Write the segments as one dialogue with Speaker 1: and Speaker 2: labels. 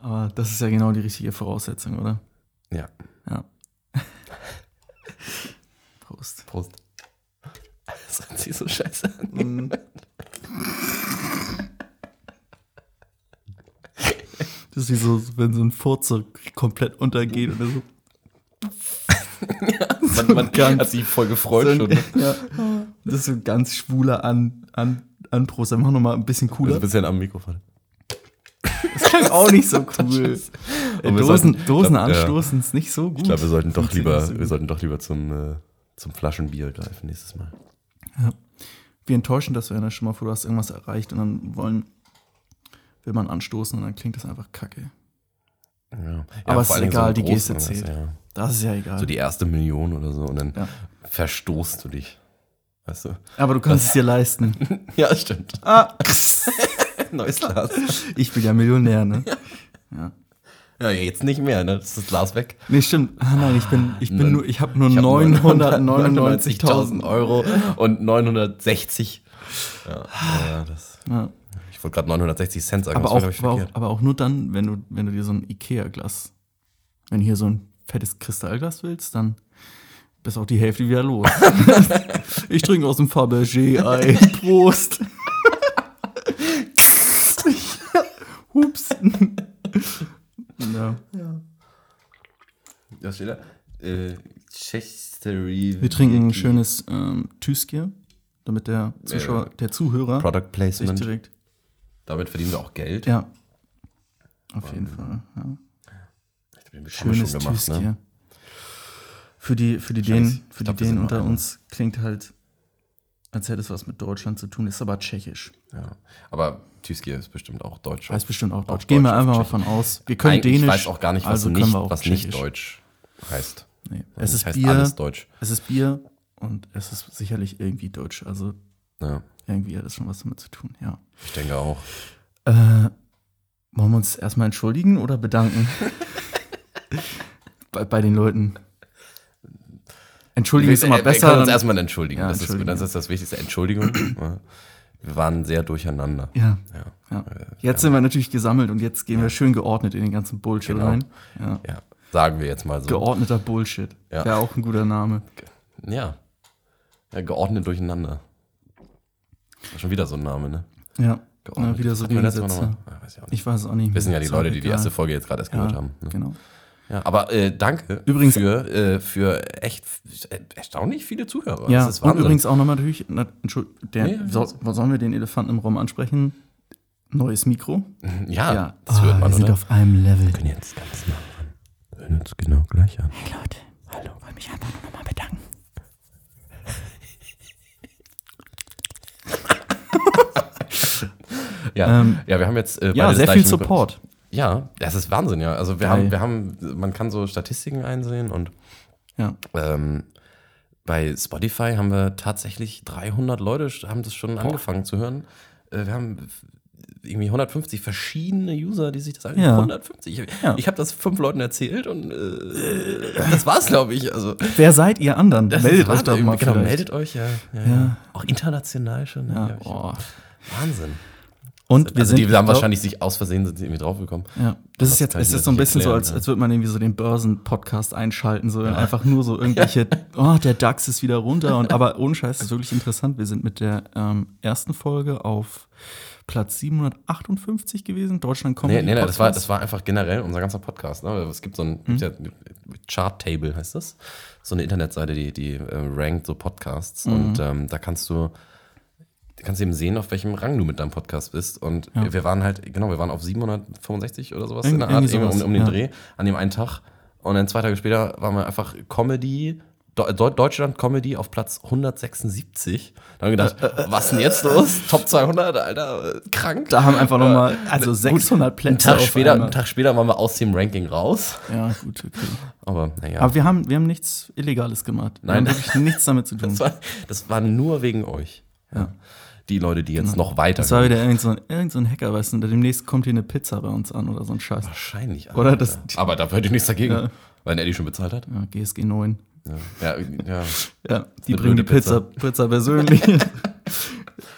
Speaker 1: Das ist ja genau die richtige Voraussetzung, oder?
Speaker 2: Ja.
Speaker 1: Ja. Prost.
Speaker 2: Prost. Das hört sich so scheiße an.
Speaker 1: Mm. Das ist wie so, wenn so ein Furzer komplett untergeht oder so.
Speaker 2: Man, man
Speaker 1: Ganz-
Speaker 2: hat sich voll gefreut schon. ne?
Speaker 1: ja. Das ist so ein ganz schwuler An, An, Anprost. Einfach nochmal ein bisschen
Speaker 2: Also ein
Speaker 1: cooler.
Speaker 2: bisschen am Mikrofon.
Speaker 1: Das klingt auch nicht so cool.
Speaker 2: Aber wir
Speaker 1: Dosen, Dosen
Speaker 2: sollten- ich glaub, ja.
Speaker 1: anstoßen ist nicht so gut.
Speaker 2: Ich glaube, wir sollten doch
Speaker 1: Funktioniert
Speaker 2: lieber,
Speaker 1: so
Speaker 2: wir
Speaker 1: gut.
Speaker 2: sollten doch lieber zum, äh, zum Flaschenbier greifen nächstes Mal.
Speaker 1: Wie enttäuschend das wäre, ne? schon mal vor, du hast irgendwas erreicht und dann wollen, will man anstoßen und dann klingt das einfach kacke.
Speaker 2: Ja. Ja,
Speaker 1: Aber es
Speaker 2: vor
Speaker 1: ist
Speaker 2: allen Dingen
Speaker 1: egal,
Speaker 2: so
Speaker 1: die
Speaker 2: großen
Speaker 1: Geste
Speaker 2: ist,
Speaker 1: zählt.
Speaker 2: Ja.
Speaker 1: Das ist ja egal.
Speaker 2: So die erste Million oder so und dann
Speaker 1: Ja.
Speaker 2: verstoßt du dich. Weißt du?
Speaker 1: Aber du kannst es dir leisten.
Speaker 2: Ja, stimmt.
Speaker 1: Ah,
Speaker 2: Neues Glas.
Speaker 1: ich bin ja Millionär, ne? Ja.
Speaker 2: Ja, jetzt nicht mehr, ne? Das ist das Glas weg.
Speaker 1: Nee, stimmt. Ah, nein, ich bin, ich bin
Speaker 2: Nein.
Speaker 1: nur, ich habe nur
Speaker 2: Ich hab
Speaker 1: 999.000
Speaker 2: 999.000 Euro und 960. Ja, ja das.
Speaker 1: Ah. Ja.
Speaker 2: Ich wollte gerade 960 Cent sagen,
Speaker 1: Aber
Speaker 2: das
Speaker 1: auch,
Speaker 2: war, glaub ich,
Speaker 1: aber, auch,
Speaker 2: verkehrt.
Speaker 1: aber auch nur dann, wenn du, wenn du dir so ein Ikea-Glas, wenn du hier so ein fettes Kristallglas willst, dann bist auch die Hälfte wieder los. ich trinke aus dem Fabergé-Ei. Prost. Hups. ja.
Speaker 2: Was steht da? Äh, Chestery.
Speaker 1: Wir trinken ein schönes ähm, Tüskier, damit der Zuschauer, der Zuhörer
Speaker 2: Product
Speaker 1: sich
Speaker 2: Placement.
Speaker 1: direkt.
Speaker 2: Damit verdienen wir auch Geld.
Speaker 1: Ja. Auf jeden Fall. Ja.
Speaker 2: Schönes
Speaker 1: Schönes
Speaker 2: schon gemacht,
Speaker 1: Tüskier.
Speaker 2: ne?
Speaker 1: Für die, für die
Speaker 2: Scheiße,
Speaker 1: Dänen,
Speaker 2: ich
Speaker 1: für
Speaker 2: glaub,
Speaker 1: die
Speaker 2: wir sind
Speaker 1: Dänen unter
Speaker 2: nur einer.
Speaker 1: uns klingt halt, als hätte es was mit Deutschland zu tun, ist aber tschechisch.
Speaker 2: Ja. Aber Tüskier ist bestimmt auch deutsch.
Speaker 1: Weiß bestimmt auch Deutsch.
Speaker 2: Deutsch
Speaker 1: Gehen wir
Speaker 2: auf
Speaker 1: einfach mal
Speaker 2: Tschechisch.
Speaker 1: von aus. Wir können
Speaker 2: Eigentlich-
Speaker 1: Dänisch.
Speaker 2: Ich weiß auch gar nicht, was,
Speaker 1: also
Speaker 2: nicht,
Speaker 1: können wir auch
Speaker 2: was nicht
Speaker 1: Tschechisch.
Speaker 2: deutsch heißt.
Speaker 1: Nee. Es ist
Speaker 2: heißt
Speaker 1: Bier,
Speaker 2: alles deutsch.
Speaker 1: es ist Bier und es ist sicherlich irgendwie Deutsch. Also
Speaker 2: Ja,
Speaker 1: irgendwie hat es schon was damit zu tun, ja.
Speaker 2: ich denke auch.
Speaker 1: Äh, wollen wir uns erstmal entschuldigen oder bedanken? bei, bei den Leuten. Entschuldigen ist
Speaker 2: Wir-
Speaker 1: immer
Speaker 2: äh, Wir
Speaker 1: besser.
Speaker 2: können uns
Speaker 1: dann-
Speaker 2: erstmal entschuldigen.
Speaker 1: Ja,
Speaker 2: das, ist,
Speaker 1: entschuldigen,
Speaker 2: das
Speaker 1: ja.
Speaker 2: ist das Wichtigste. Entschuldigung. Ja. wir waren sehr durcheinander.
Speaker 1: ja.
Speaker 2: Ja.
Speaker 1: Ja.
Speaker 2: Äh,
Speaker 1: Jetzt sind wir natürlich gesammelt und jetzt gehen wir schön geordnet in den ganzen Bullshit
Speaker 2: Genau.
Speaker 1: rein. Ja.
Speaker 2: ja. Sagen wir jetzt mal so.
Speaker 1: Geordneter Bullshit.
Speaker 2: Ja.
Speaker 1: Wäre auch ein guter Name.
Speaker 2: ja. ja. Geordnet durcheinander. Das war schon wieder so ein Name, ne?
Speaker 1: Ja.
Speaker 2: Geordnet.
Speaker 1: Ja, wieder so
Speaker 2: Hatten wir letztes Mal
Speaker 1: Gegensätze.
Speaker 2: nochmal? Ah, weiß ich auch nicht.
Speaker 1: Ich weiß es auch nicht. mehr.
Speaker 2: Wissen ja die
Speaker 1: Ist
Speaker 2: Leute,
Speaker 1: auch
Speaker 2: die die
Speaker 1: egal.
Speaker 2: erste Folge jetzt gerade erst gehört
Speaker 1: ja,
Speaker 2: haben. Ne?
Speaker 1: Genau.
Speaker 2: Ja, aber äh, danke
Speaker 1: Übrigens-
Speaker 2: für, äh, für echt äh, erstaunlich viele Zuhörer.
Speaker 1: Ja,
Speaker 2: das ist
Speaker 1: und
Speaker 2: Wahnsinn.
Speaker 1: übrigens auch nochmal natürlich, na, Entschuldigung, der,
Speaker 2: Nee, ja,
Speaker 1: soll, sollen wir den Elefanten im Raum ansprechen? Neues Mikro.
Speaker 2: ja, das
Speaker 1: Ah,
Speaker 2: hört man,
Speaker 1: wir sind
Speaker 2: oder?
Speaker 1: auf einem Level.
Speaker 2: können jetzt ganz nah ran. Wir hören uns genau gleich an.
Speaker 1: Hey Leute, hallo, wollte mich einfach nur nochmal bedanken.
Speaker 2: Ja,
Speaker 1: Ähm,
Speaker 2: ja wir haben jetzt. Äh,
Speaker 1: Ja,
Speaker 2: beide
Speaker 1: sehr
Speaker 2: das
Speaker 1: viel
Speaker 2: gleiche-
Speaker 1: Support.
Speaker 2: Ja, das ist Wahnsinn, ja. Also wir
Speaker 1: Geil.
Speaker 2: haben, wir haben, man kann so Statistiken einsehen und
Speaker 1: Ja.
Speaker 2: ähm, bei Spotify haben wir tatsächlich 300 Leute sch- haben das schon angefangen zu hören. Äh, wir haben f- irgendwie 150 verschiedene User, die sich das anhören.
Speaker 1: Ja.
Speaker 2: 150. Ich,
Speaker 1: Ja.
Speaker 2: ich habe das fünf Leuten erzählt und äh, das war's, glaube ich. Also
Speaker 1: Wer seid ihr anderen?
Speaker 2: das
Speaker 1: meldet
Speaker 2: ist
Speaker 1: euch doch
Speaker 2: Wahnsinn.
Speaker 1: mal.
Speaker 2: Genau,
Speaker 1: vielleicht.
Speaker 2: meldet euch ja, ja, ja.
Speaker 1: Ja.
Speaker 2: Auch international schon. ne?
Speaker 1: Ja,
Speaker 2: Ja, ich-
Speaker 1: oh.
Speaker 2: Wahnsinn.
Speaker 1: Und wir
Speaker 2: also
Speaker 1: sind,
Speaker 2: die haben
Speaker 1: glaub-
Speaker 2: wahrscheinlich sich aus Versehen sind die irgendwie draufgekommen.
Speaker 1: Ja, das ist jetzt,
Speaker 2: kann ich
Speaker 1: es
Speaker 2: mir
Speaker 1: ist so ein
Speaker 2: nicht
Speaker 1: bisschen so,
Speaker 2: erklären,
Speaker 1: als,
Speaker 2: ja.
Speaker 1: als würde man irgendwie so den Börsen-Podcast einschalten, so dann einfach nur so irgendwelche, oh, der DAX ist wieder runter. Und, aber ohne Scheiß, das ist wirklich interessant. Wir sind mit der ähm, ersten Folge auf Platz 758 gewesen. Deutschland kommt.
Speaker 2: Nee, nee, nee das, war, das war einfach generell unser ganzer Podcast. Ne? Es gibt so ein
Speaker 1: Mhm.
Speaker 2: gibt's ja, Chart-Table, heißt das. So eine Internetseite, die, die äh, rankt so Podcasts.
Speaker 1: Mhm.
Speaker 2: Und ähm, da kannst du da kannst du eben sehen, auf welchem Rang du mit deinem Podcast bist. Und
Speaker 1: Ja.
Speaker 2: wir waren halt, genau, wir waren auf 765 oder sowas in
Speaker 1: Irgend-
Speaker 2: der Art,
Speaker 1: irgendwie
Speaker 2: irgendwie um,
Speaker 1: sowas,
Speaker 2: um den
Speaker 1: ja.
Speaker 2: Dreh, an dem einen Tag. Und dann zwei Tage später waren wir einfach Comedy, Deu- Deu- Deutschland Comedy auf Platz 176. Da haben wir
Speaker 1: Äh,
Speaker 2: gedacht, was denn jetzt los? Top 200, Alter, äh, krank.
Speaker 1: Da haben einfach nochmal, also 600 Plätze.
Speaker 2: Einen Tag,
Speaker 1: auf
Speaker 2: später,
Speaker 1: einmal.
Speaker 2: einen Tag später waren wir aus dem Ranking raus.
Speaker 1: Ja, gut, okay.
Speaker 2: Aber naja,
Speaker 1: Aber wir haben, wir haben nichts Illegales gemacht. Wir
Speaker 2: Nein.
Speaker 1: haben wirklich nichts damit zu tun.
Speaker 2: das, war, das war nur wegen euch.
Speaker 1: Ja.
Speaker 2: Die Leute, die jetzt noch weiter.
Speaker 1: Das war wieder irgend so ein, irgend so ein Hacker, weißt du, und demnächst kommt hier eine Pizza bei uns an oder so ein Scheiß.
Speaker 2: Wahrscheinlich. Alter.
Speaker 1: Oder das-
Speaker 2: Aber da hört ihr nichts dagegen,
Speaker 1: Ja.
Speaker 2: weil Eddie schon bezahlt hat.
Speaker 1: Ja, GSG 9.
Speaker 2: Ja, ja.
Speaker 1: Ja, die
Speaker 2: Eine
Speaker 1: bringen die
Speaker 2: blöde
Speaker 1: Pizza, Pizza persönlich.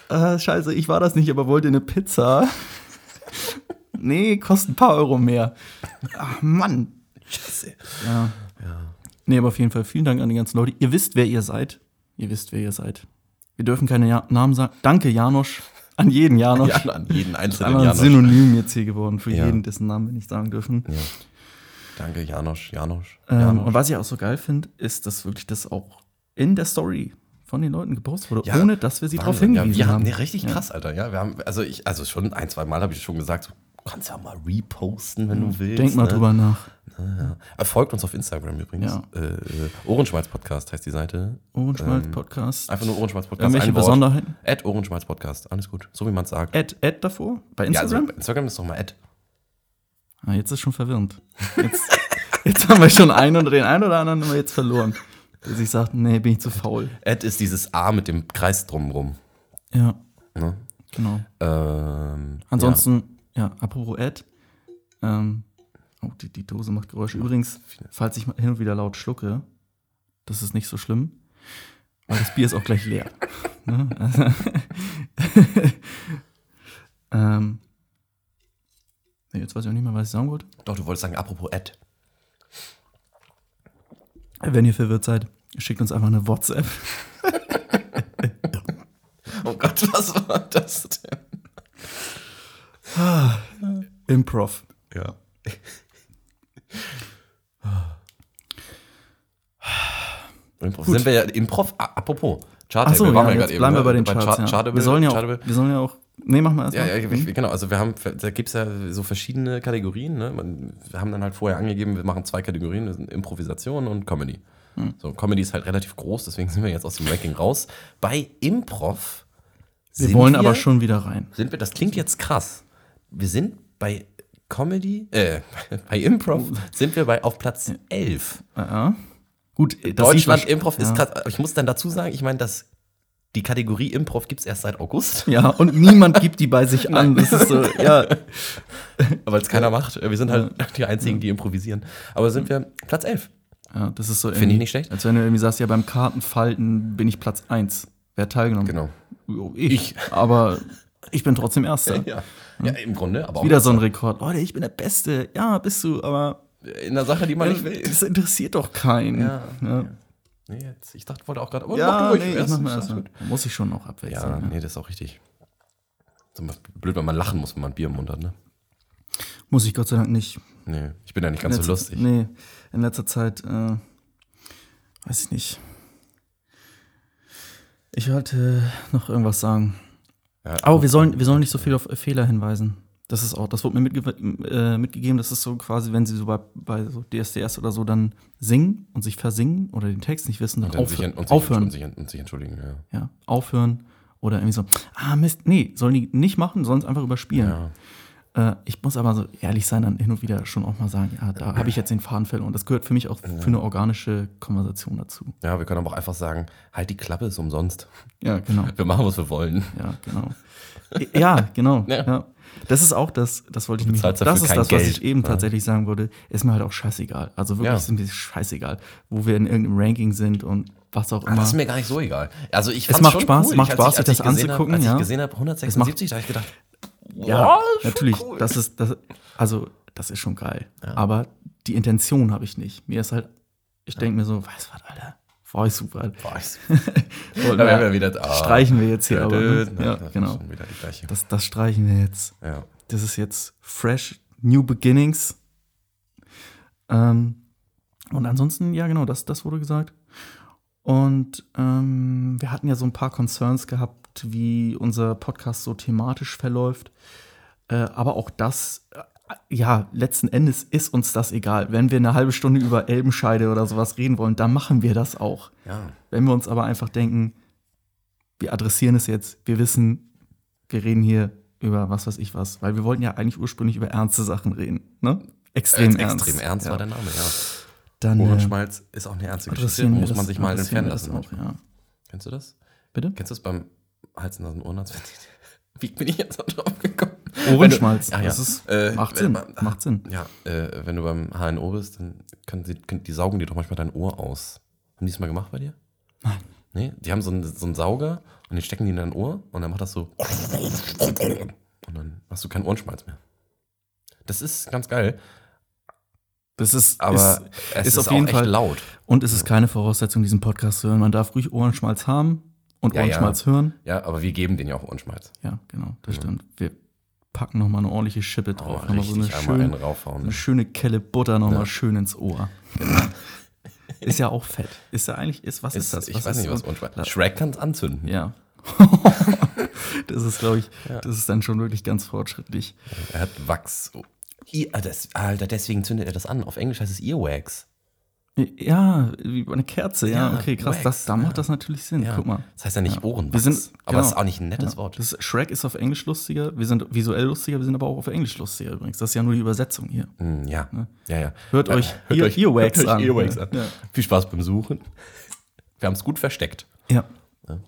Speaker 1: ah, scheiße, ich war das nicht, aber wollte eine Pizza. nee, kostet ein paar Euro mehr. Ach Mann.
Speaker 2: Scheiße.
Speaker 1: Ja. Nee, aber auf jeden Fall vielen Dank an die ganzen Leute. Ihr wisst, wer ihr seid. Ihr wisst, wer ihr seid. Wir dürfen keine ja Namen sagen. Danke, Janosch. An jeden Janosch.
Speaker 2: Ja, an jeden einzelnen
Speaker 1: Einmal ein
Speaker 2: Janosch.
Speaker 1: Synonym jetzt hier geworden für
Speaker 2: Ja.
Speaker 1: jeden, dessen Namen wir nicht sagen dürfen.
Speaker 2: Danke, Janosch, Janosch.
Speaker 1: Ähm,
Speaker 2: Janosch.
Speaker 1: und was ich auch so geil finde, ist, dass wirklich das auch in der Story von den Leuten gepostet wurde,
Speaker 2: Ja,
Speaker 1: ohne dass wir sie darauf
Speaker 2: Wahnsinn.
Speaker 1: hingewiesen
Speaker 2: ja, wir
Speaker 1: haben.
Speaker 2: Nee, richtig
Speaker 1: Ja.
Speaker 2: krass, Alter. Ja, wir haben, also ich, also schon ein, zwei Mal habe ich schon gesagt, so, du kannst ja mal reposten, wenn du willst.
Speaker 1: Hm, Denk mal
Speaker 2: ne?
Speaker 1: drüber nach.
Speaker 2: Ja. Er folgt uns auf Instagram übrigens.
Speaker 1: Ja.
Speaker 2: Äh, äh, Ohrenschmalz Podcast heißt die Seite.
Speaker 1: Ohrenschmalz Podcast.
Speaker 2: Ähm, Einfach nur Ohrenschmalz Podcast.
Speaker 1: Irgendwelche
Speaker 2: ein Wort.
Speaker 1: Besonderheiten?
Speaker 2: Ad Ohrenschmalz Podcast. Alles gut. So wie man es sagt.
Speaker 1: Ad, Ad davor? Bei
Speaker 2: Ja, also
Speaker 1: Instagram?
Speaker 2: Instagram ist doch mal Ad.
Speaker 1: ah, jetzt ist schon verwirrend. Jetzt, jetzt haben wir schon einen oder den einen oder anderen haben wir jetzt verloren. Der sich sagt, nee, bin ich zu faul.
Speaker 2: Ad ist dieses A mit dem Kreis drumrum.
Speaker 1: Ja,
Speaker 2: Ne?
Speaker 1: genau.
Speaker 2: Ähm,
Speaker 1: Ansonsten, ja, apropos Ad. Ähm, oh, die, die Dose macht Geräusche. Übrigens, falls ich mal hin und wieder laut schlucke, das ist nicht so schlimm, weil das Bier ist auch gleich leer. ne? Also, ähm, nee, jetzt weiß ich auch nicht mehr, was ich sagen wollte.
Speaker 2: Ja. Doch, du wolltest sagen, apropos Ad.
Speaker 1: Wenn ihr verwirrt seid, schickt uns einfach eine WhatsApp.
Speaker 2: Oh Gott, was war das denn?
Speaker 1: Improv.
Speaker 2: Ja. Improv. Sind wir ja Improv, a- apropos. Chartable,
Speaker 1: Achso,
Speaker 2: waren
Speaker 1: ja,
Speaker 2: wir
Speaker 1: jetzt
Speaker 2: gerade
Speaker 1: bleiben wir
Speaker 2: eben,
Speaker 1: bei
Speaker 2: ne?
Speaker 1: den Charts.
Speaker 2: Char-
Speaker 1: ja.
Speaker 2: Chartable,
Speaker 1: wir, sollen ja auch,
Speaker 2: Chartable.
Speaker 1: wir sollen ja auch. Nee, machen wir
Speaker 2: Ja,
Speaker 1: erstmal.
Speaker 2: ja, ich- genau. Also wir haben, da gibt es ja so verschiedene Kategorien. Ne? Man, wir haben dann halt vorher angegeben, wir machen zwei Kategorien, das sind Improvisation und Comedy.
Speaker 1: Mhm.
Speaker 2: So, Comedy ist halt relativ groß, deswegen sind wir jetzt aus dem Ranking raus. Bei Improv
Speaker 1: wir wollen aber schon wieder rein.
Speaker 2: sind wir, das klingt jetzt krass. Wir sind bei Comedy, äh, bei Improv sind wir bei auf Platz 11.
Speaker 1: Ja. Gut, äh, das sieht
Speaker 2: Deutschland
Speaker 1: wahrsch-
Speaker 2: Improv ist
Speaker 1: ja.
Speaker 2: krass. Aber Ich muss dann dazu sagen, ich meine, dass die Kategorie Improv gibt es erst seit August,
Speaker 1: Ja, und niemand gibt die bei sich an. Das ist so, ja.
Speaker 2: weil es keiner macht. Wir sind halt die einzigen, die improvisieren. Aber sind wir Platz 11.
Speaker 1: ja, das ist so
Speaker 2: ich
Speaker 1: irgendwie-
Speaker 2: nicht schlecht.
Speaker 1: Als wenn du irgendwie sagst, ja, beim Kartenfalten bin ich Platz 1. Wer hat teilgenommen?
Speaker 2: Genau.
Speaker 1: Jo, Ich. Aber ich bin trotzdem Erster.
Speaker 2: Ja. ja, im Grunde, aber auch
Speaker 1: Wieder so ein Rekord. Leute, ich bin der Beste. Ja, bist du, aber äh,
Speaker 2: in der Sache, die man nicht will.
Speaker 1: das interessiert doch keinen.
Speaker 2: Ja.
Speaker 1: ja.
Speaker 2: Nee, jetzt, ich dachte, wollte auch gerade, aber
Speaker 1: Ja,
Speaker 2: mach du ruhig,
Speaker 1: nee, ich
Speaker 2: erst,
Speaker 1: mach mal
Speaker 2: ist
Speaker 1: erstmal.
Speaker 2: gut.
Speaker 1: Muss ich schon noch
Speaker 2: Ja,
Speaker 1: abwechseln. Ja.
Speaker 2: nee, das ist auch richtig. Zum Beispiel Blöd, wenn man lachen muss, wenn man ein Bier im Mund hat, ne?
Speaker 1: Muss ich Gott sei Dank nicht.
Speaker 2: Nee, ich bin ja nicht ganz so
Speaker 1: Letzte-
Speaker 2: lustig.
Speaker 1: Nee, in letzter Zeit, äh, weiß ich nicht. Ich wollte noch irgendwas sagen.
Speaker 2: Ja,
Speaker 1: Aber wir sollen, wir sollen nicht so viel auf äh, Fehler hinweisen. Das ist auch, das wurde mir mitge äh, mitgegeben, das ist so quasi, wenn sie so bei, bei so DSDS oder so dann singen und sich versingen oder den Text nicht wissen, dann,
Speaker 2: Und dann sich,
Speaker 1: aufhören.
Speaker 2: und sich,
Speaker 1: aufhören.
Speaker 2: Und sich, und sich entschuldigen, ja.
Speaker 1: Ja, aufhören. Oder irgendwie so, ah Mist, nee, sollen die nicht machen, sollen es einfach überspielen.
Speaker 2: ja.
Speaker 1: Äh, ich muss aber so ehrlich sein, dann hin und wieder schon auch mal sagen, ja, da habe ich jetzt den Faden verloren. Das gehört für mich auch für eine organische Konversation dazu.
Speaker 2: Ja, wir können aber auch einfach sagen, halt die Klappe, ist umsonst.
Speaker 1: Ja, genau.
Speaker 2: Wir machen, was wir wollen.
Speaker 1: Ja, genau. Ja, genau.
Speaker 2: Ja.
Speaker 1: Ja. Das ist auch das, das wollte ich nämlich,
Speaker 2: bezahlst
Speaker 1: das
Speaker 2: dafür
Speaker 1: ist
Speaker 2: kein
Speaker 1: das, was
Speaker 2: Geld.
Speaker 1: ich eben
Speaker 2: Ja.
Speaker 1: tatsächlich sagen würde, ist mir halt auch scheißegal. Also wirklich
Speaker 2: Ja.
Speaker 1: ist mir scheißegal, wo wir in irgendeinem Ranking sind und was auch immer.
Speaker 2: Ah, Das ist mir gar nicht so egal. Also ich
Speaker 1: Es
Speaker 2: fand's
Speaker 1: macht
Speaker 2: schon
Speaker 1: Spaß,
Speaker 2: cool.
Speaker 1: macht
Speaker 2: ich, als
Speaker 1: Spaß,
Speaker 2: ich,
Speaker 1: sich
Speaker 2: als
Speaker 1: das
Speaker 2: ich gesehen hab-
Speaker 1: anzugucken,
Speaker 2: Als
Speaker 1: ja.
Speaker 2: ich gesehen habe, 176, da habe ich gedacht,
Speaker 1: ja,
Speaker 2: wow, schon
Speaker 1: natürlich,
Speaker 2: cool.
Speaker 1: das ist, das, also das ist schon geil. Aber die Intention habe ich nicht. Mir ist halt, ich denke mir so, weißt du was, Alter, war ich super.
Speaker 2: Boah, ich-
Speaker 1: Wollten
Speaker 2: Da wären
Speaker 1: wir-
Speaker 2: wir wieder da.
Speaker 1: Streichen wir jetzt hier aber. Ne?
Speaker 2: Dö, dö,
Speaker 1: Ja,
Speaker 2: das ist
Speaker 1: genau.
Speaker 2: schon Wieder die gleiche.
Speaker 1: Das, das streichen wir jetzt.
Speaker 2: Ja.
Speaker 1: Das ist jetzt fresh, new beginnings. Ähm, und ansonsten, ja, genau, das, das wurde gesagt. Und ähm, wir hatten ja so ein paar Concerns gehabt, wie unser Podcast so thematisch verläuft. Äh, aber auch das, äh, ja, letzten Endes ist uns das egal. Wenn wir eine halbe Stunde über Elbenscheide oder sowas reden wollen, dann machen wir das auch.
Speaker 2: ja.
Speaker 1: Wenn wir uns aber einfach denken, wir adressieren es jetzt, wir wissen, wir reden hier über was weiß ich was, weil wir wollten ja eigentlich ursprünglich über ernste Sachen reden, ne? Extrem
Speaker 2: Äh,
Speaker 1: ernst.
Speaker 2: Extrem ernst
Speaker 1: ja.
Speaker 2: war der Name, ja.
Speaker 1: Dann äh,
Speaker 2: Ohrenschmalz ist auch eine ernste Geschichte.
Speaker 1: adressieren wir
Speaker 2: Muss man
Speaker 1: das-
Speaker 2: sich mal
Speaker 1: adressieren
Speaker 2: entfernen
Speaker 1: wir das
Speaker 2: lassen.
Speaker 1: auch,
Speaker 2: manchmal.
Speaker 1: ja.
Speaker 2: Kennst du das?
Speaker 1: Bitte?
Speaker 2: Kennst du das beim Hals, Nasen, Ohren? Arzt? Wie bin ich jetzt da drauf gekommen?
Speaker 1: Ohrenschmalz,
Speaker 2: Wenn du- ja, ja.
Speaker 1: das ist,
Speaker 2: Äh,
Speaker 1: macht
Speaker 2: wenn
Speaker 1: Sinn,
Speaker 2: man-
Speaker 1: macht Sinn.
Speaker 2: Ja, äh, wenn du beim HNO bist, dann können sie, können, die saugen dir doch manchmal dein Ohr aus. Haben die das mal gemacht bei dir?
Speaker 1: Nein.
Speaker 2: Nee, die haben so einen, so einen Sauger und den stecken die in dein Ohr und dann macht das so. Und dann hast du keinen Ohrenschmalz mehr. Das ist ganz geil.
Speaker 1: Das ist,
Speaker 2: Aber
Speaker 1: ist,
Speaker 2: es
Speaker 1: ist
Speaker 2: ist,
Speaker 1: auf
Speaker 2: auch
Speaker 1: jeden
Speaker 2: echt
Speaker 1: Fall-
Speaker 2: laut.
Speaker 1: und es ist keine Voraussetzung, diesen Podcast zu hören. Man darf ruhig Ohrenschmalz haben und
Speaker 2: Ja, ja.
Speaker 1: Ohrenschmalz hören.
Speaker 2: Ja, aber wir geben den ja auch Ohrenschmalz.
Speaker 1: Ja, genau, das stimmt. Wir packen nochmal eine ordentliche Schippe
Speaker 2: Oh,
Speaker 1: drauf. noch mal
Speaker 2: richtig
Speaker 1: so eine,
Speaker 2: einmal einen
Speaker 1: schön,
Speaker 2: raufhauen.
Speaker 1: eine schöne Kelle Butter nochmal
Speaker 2: Ja.
Speaker 1: mal schön ins Ohr. ist ja auch fett. Ist ja eigentlich, ist, was ist, das?
Speaker 2: Ich weiß
Speaker 1: ist
Speaker 2: nicht, was
Speaker 1: so-
Speaker 2: Ohrenschmalz
Speaker 1: La-
Speaker 2: ist. Shrek kann es anzünden.
Speaker 1: Ja. das ist, glaube ich, das ist dann schon wirklich ganz fortschrittlich.
Speaker 2: Er hat Wachs. Oh. I- ah, das, Alter, deswegen zündet er das an. Auf Englisch heißt es Earwax.
Speaker 1: Ja, wie eine Kerze, ja,
Speaker 2: Ja,
Speaker 1: okay, krass.
Speaker 2: Wax,
Speaker 1: Das, da macht das natürlich Sinn.
Speaker 2: Ja.
Speaker 1: Guck mal.
Speaker 2: Ah, Das heißt ja nicht Ohrenwachs.
Speaker 1: Wir sind-
Speaker 2: aber es
Speaker 1: genau.
Speaker 2: ist auch nicht ein nettes Wort.
Speaker 1: Das ist, Shrek ist auf Englisch lustiger, wir sind visuell lustiger, wir sind aber auch auf Englisch lustiger übrigens. Das ist ja nur die Übersetzung hier.
Speaker 2: Hm, ja. ja, ja.
Speaker 1: Hört
Speaker 2: Ja,
Speaker 1: euch Ear- Earwax
Speaker 2: hört euch
Speaker 1: an.
Speaker 2: Earwax
Speaker 1: Ja.
Speaker 2: an.
Speaker 1: Ja.
Speaker 2: Viel Spaß beim Suchen. Wir haben es gut versteckt.
Speaker 1: Ja.
Speaker 2: Ne?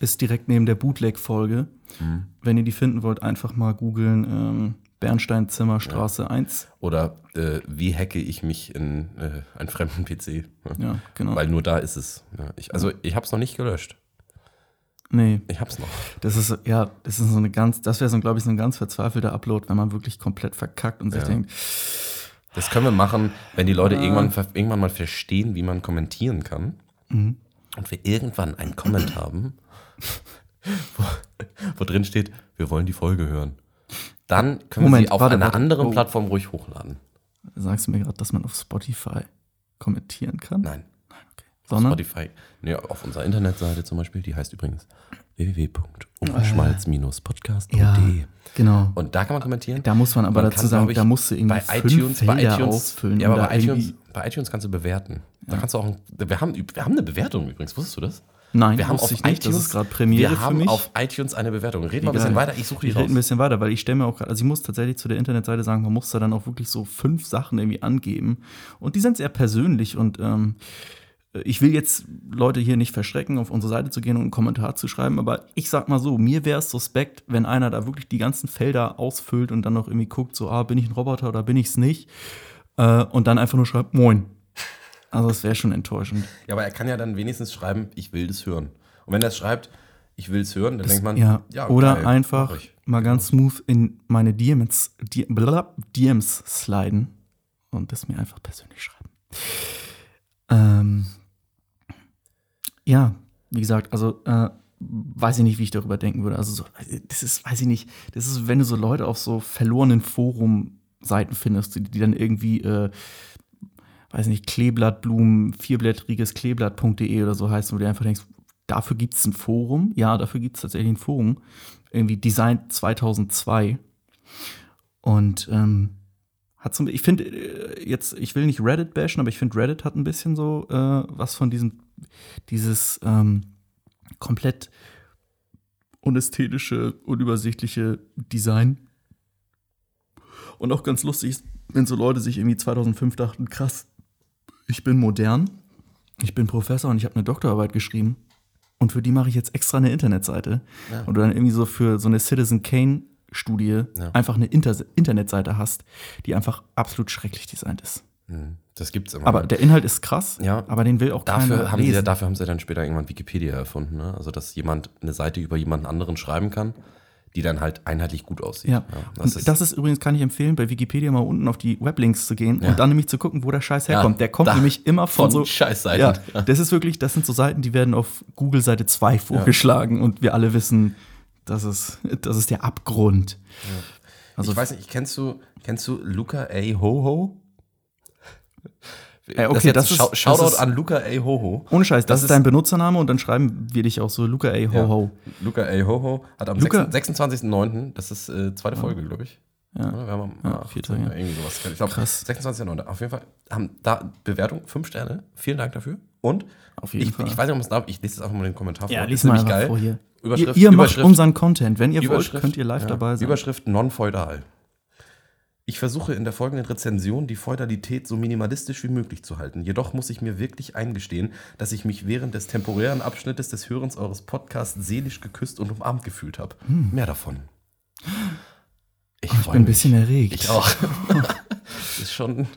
Speaker 1: Ist direkt neben der Bootleg-Folge.
Speaker 2: Mhm.
Speaker 1: Wenn ihr die finden wollt, einfach mal googeln. Ähm, Bernsteinzimmer Straße 1.
Speaker 2: Oder äh, wie hacke ich mich in äh, einen fremden PC?
Speaker 1: Ja, genau.
Speaker 2: Weil nur da ist es. Ja, ich, also ich habe es noch nicht gelöscht.
Speaker 1: nee,
Speaker 2: Ich habe es noch.
Speaker 1: das ist ja, das ist so eine ganz, das wäre so, glaube ich, so ein ganz verzweifelter Upload, wenn man wirklich komplett verkackt und sich
Speaker 2: Ja.
Speaker 1: denkt,
Speaker 2: Das können wir machen, wenn die
Speaker 1: Ah.
Speaker 2: Leute irgendwann, ver- irgendwann mal verstehen, wie man kommentieren kann.
Speaker 1: Mhm.
Speaker 2: Und wir irgendwann einen Comment haben, wo, wo drin steht, wir wollen die Folge hören. Dann können wir
Speaker 1: Moment,
Speaker 2: sie auf
Speaker 1: warte,
Speaker 2: einer
Speaker 1: warte.
Speaker 2: anderen
Speaker 1: Oh.
Speaker 2: Plattform ruhig hochladen.
Speaker 1: sagst du mir gerade, dass man auf Spotify kommentieren kann?
Speaker 2: Nein.
Speaker 1: Sondern?
Speaker 2: Spotify. Nee, auf unserer Internetseite zum Beispiel, die heißt übrigens www.umschmalz-podcast.de.
Speaker 1: Ja, genau.
Speaker 2: Und da kann man kommentieren.
Speaker 1: Da muss man aber
Speaker 2: Man
Speaker 1: dazu
Speaker 2: kann,
Speaker 1: sagen,
Speaker 2: glaub ich,
Speaker 1: da musst du irgendwie
Speaker 2: bei
Speaker 1: fünf
Speaker 2: iTunes, bei
Speaker 1: Felder
Speaker 2: iTunes,
Speaker 1: ausfüllen.
Speaker 2: ja, aber
Speaker 1: oder
Speaker 2: bei iTunes,
Speaker 1: irgendwie-
Speaker 2: bei iTunes kannst du bewerten. Da kannst du auch, ein- wir haben, wir haben eine Bewertung übrigens, wusstest du das?
Speaker 1: Nein,
Speaker 2: wir haben
Speaker 1: wusste
Speaker 2: auf
Speaker 1: ich nicht. Das
Speaker 2: iTunes-
Speaker 1: ist gerade Premiere
Speaker 2: Wir haben
Speaker 1: für mich.
Speaker 2: auf iTunes eine Bewertung. Red mal ein
Speaker 1: Geil.
Speaker 2: bisschen weiter, ich suche die
Speaker 1: Ich
Speaker 2: raus.
Speaker 1: rede ein bisschen weiter, weil ich stelle mir auch gerade, also ich muss tatsächlich zu der Internetseite sagen, man muss da dann auch wirklich so fünf Sachen irgendwie angeben. Und die sind sehr persönlich und ähm, ich will jetzt Leute hier nicht verschrecken, auf unsere Seite zu gehen und einen Kommentar zu schreiben, aber ich sag mal so, mir wäre es suspekt, wenn einer da wirklich die ganzen Felder ausfüllt und dann noch irgendwie guckt, so, ah, bin ich ein Roboter oder bin ich's nicht? Äh, und dann einfach nur schreibt, moin. Also das wäre schon enttäuschend.
Speaker 2: Ja, aber er kann ja dann wenigstens schreiben, ich will das hören. Und wenn er es schreibt, ich will es hören, dann denkt man,
Speaker 1: ja. Oder
Speaker 2: geil,
Speaker 1: einfach
Speaker 2: mach ich.
Speaker 1: mal ganz smooth in meine DMs, D- blablab, DMs sliden und das mir einfach persönlich schreiben. Ähm, ja, wie gesagt, also äh, weiß ich nicht, wie ich darüber denken würde. Also so, äh, das ist, weiß ich nicht, das ist, wenn du so Leute auf so verlorenen Forum-Seiten findest, die, die dann irgendwie äh, weiß nicht, Kleeblattblumen, vierblättriges Kleeblatt.de oder so heißt, wo du dir einfach denkst, dafür gibt es ein Forum. Ja, dafür gibt es tatsächlich ein Forum. Irgendwie Design 2002. Und ähm, hat so, ein- ich finde äh, jetzt, ich will nicht Reddit bashen, aber ich finde Reddit hat ein bisschen so äh, was von diesem, dieses ähm, komplett unästhetische, unübersichtliche Design. Und auch ganz lustig ist, wenn so Leute sich irgendwie 2005 dachten, krass, ich bin modern, ich bin Professor und ich habe eine Doktorarbeit geschrieben. Und für die mache ich jetzt extra eine Internetseite.
Speaker 2: Ja.
Speaker 1: Und du dann irgendwie so für so eine Citizen Kane-Studie
Speaker 2: Ja.
Speaker 1: einfach eine Inter Internetseite hast, die einfach absolut schrecklich designt ist.
Speaker 2: Hm, Das gibt's immer.
Speaker 1: Aber der Inhalt ist krass,
Speaker 2: Ja.
Speaker 1: aber den will auch keiner
Speaker 2: Dafür haben, sie, ja-
Speaker 1: lesen.
Speaker 2: dafür haben sie dann später irgendwann Wikipedia erfunden, ne? Also, dass jemand eine Seite über jemanden anderen schreiben kann, die dann halt einheitlich gut aussieht.
Speaker 1: Ja.
Speaker 2: das
Speaker 1: Das,
Speaker 2: ist,
Speaker 1: ist das ist übrigens, kann ich empfehlen, bei Wikipedia mal unten auf die Weblinks zu gehen
Speaker 2: Ja.
Speaker 1: und dann nämlich zu gucken, wo der Scheiß
Speaker 2: Ja,
Speaker 1: herkommt. Der kommt
Speaker 2: da-
Speaker 1: nämlich immer von,
Speaker 2: von
Speaker 1: so.
Speaker 2: Scheißseiten. Also,
Speaker 1: Ja,
Speaker 2: Ja.
Speaker 1: das ist wirklich, das sind so Seiten, die werden auf Google Seite 2 vorgeschlagen und wir alle wissen, das ist, das ist der Abgrund. Also,
Speaker 2: ich weiß nicht, kennst du, kennst du Luca A. Hoho?
Speaker 1: Äh, okay,
Speaker 2: jetzt
Speaker 1: das
Speaker 2: ein
Speaker 1: ist-
Speaker 2: Schau-
Speaker 1: das
Speaker 2: Shoutout
Speaker 1: ist-
Speaker 2: an Luca A. Hoho.
Speaker 1: ohne Scheiß, das,
Speaker 2: das
Speaker 1: ist
Speaker 2: ist-
Speaker 1: dein Benutzername und dann schreiben wir dich auch so Luca A. Ho Ho.
Speaker 2: Ja. Luca A. Hoho hat am
Speaker 1: Luca-
Speaker 2: 26 26.09., das ist äh, zweite Folge, glaube ich.
Speaker 1: Ja.
Speaker 2: Oder? Wir haben am,
Speaker 1: Ja,
Speaker 2: ah,
Speaker 1: vier Tage.
Speaker 2: Irgendwie sowas. Ich glaube,
Speaker 1: Krass.
Speaker 2: 26.09. Auf jeden Fall haben da Bewertung, fünf Sterne. Vielen Dank dafür. Und
Speaker 1: Auf jeden
Speaker 2: ich,
Speaker 1: Fall.
Speaker 2: ich weiß nicht, ob man es darf. Ich lese es einfach mal in den Kommentar vor.
Speaker 1: Ja,
Speaker 2: Ist
Speaker 1: lies mal
Speaker 2: nämlich
Speaker 1: einfach
Speaker 2: geil.
Speaker 1: vor hier.
Speaker 2: Überschrift,
Speaker 1: ihr ihr macht
Speaker 2: Überschrift,
Speaker 1: unseren Content. Wenn ihr wollt,
Speaker 2: Überschrift,
Speaker 1: könnt ihr live
Speaker 2: ja.
Speaker 1: dabei sein.
Speaker 2: Überschrift non-feudal. Ich versuche in der folgenden Rezension die Feudalität so minimalistisch wie möglich zu halten. Jedoch muss ich mir wirklich eingestehen, dass ich mich während des temporären Abschnittes des Hörens eures Podcasts seelisch geküsst und umarmt gefühlt habe. Mehr davon. Ich,
Speaker 1: Hm. ich bin ein bisschen erregt.
Speaker 2: Ich auch. das ist schon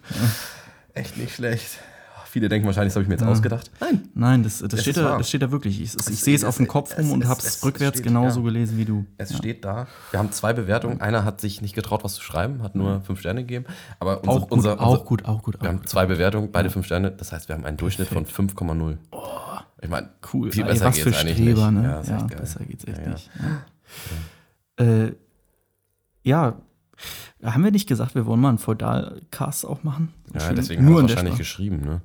Speaker 2: echt nicht schlecht. Oh, Viele denken wahrscheinlich, das habe ich mir jetzt ausgedacht. Nein.
Speaker 1: Nein, das, das,
Speaker 2: Es
Speaker 1: steht
Speaker 2: ist
Speaker 1: da,
Speaker 2: wahr.
Speaker 1: das steht da wirklich. Ich, ich
Speaker 2: Es-
Speaker 1: sehe es auf dem
Speaker 2: es-
Speaker 1: Kopf
Speaker 2: es-
Speaker 1: rum und
Speaker 2: es-
Speaker 1: habe es
Speaker 2: es
Speaker 1: rückwärts
Speaker 2: steht,
Speaker 1: genauso
Speaker 2: ja.
Speaker 1: gelesen wie du.
Speaker 2: Es
Speaker 1: Ja.
Speaker 2: steht da. Wir haben zwei Bewertungen. Einer hat sich nicht getraut, was zu schreiben, hat nur fünf Sterne gegeben. Aber unser,
Speaker 1: Mhm. auch, gut,
Speaker 2: unser, unser,
Speaker 1: auch gut, auch gut,
Speaker 2: Wir
Speaker 1: auch
Speaker 2: haben
Speaker 1: gut.
Speaker 2: zwei Bewertungen, beide fünf Sterne. Das heißt, wir haben einen Durchschnitt von 5,0.
Speaker 1: Oh.
Speaker 2: ich meine,
Speaker 1: Cool.
Speaker 2: viel
Speaker 1: Ey,
Speaker 2: besser
Speaker 1: was
Speaker 2: geht's
Speaker 1: für
Speaker 2: eigentlich
Speaker 1: Streber,
Speaker 2: nicht.
Speaker 1: ne?
Speaker 2: Ja,
Speaker 1: Ja,
Speaker 2: ist echt geil.
Speaker 1: besser geht's echt
Speaker 2: Ja, ja.
Speaker 1: nicht. Ja. Äh, ja, haben wir nicht gesagt, wir wollen mal einen Feudal-Cast auch machen?
Speaker 2: ja,
Speaker 1: Schön-
Speaker 2: deswegen haben wir
Speaker 1: in
Speaker 2: es
Speaker 1: der
Speaker 2: wahrscheinlich
Speaker 1: Sprache.
Speaker 2: geschrieben. Ne?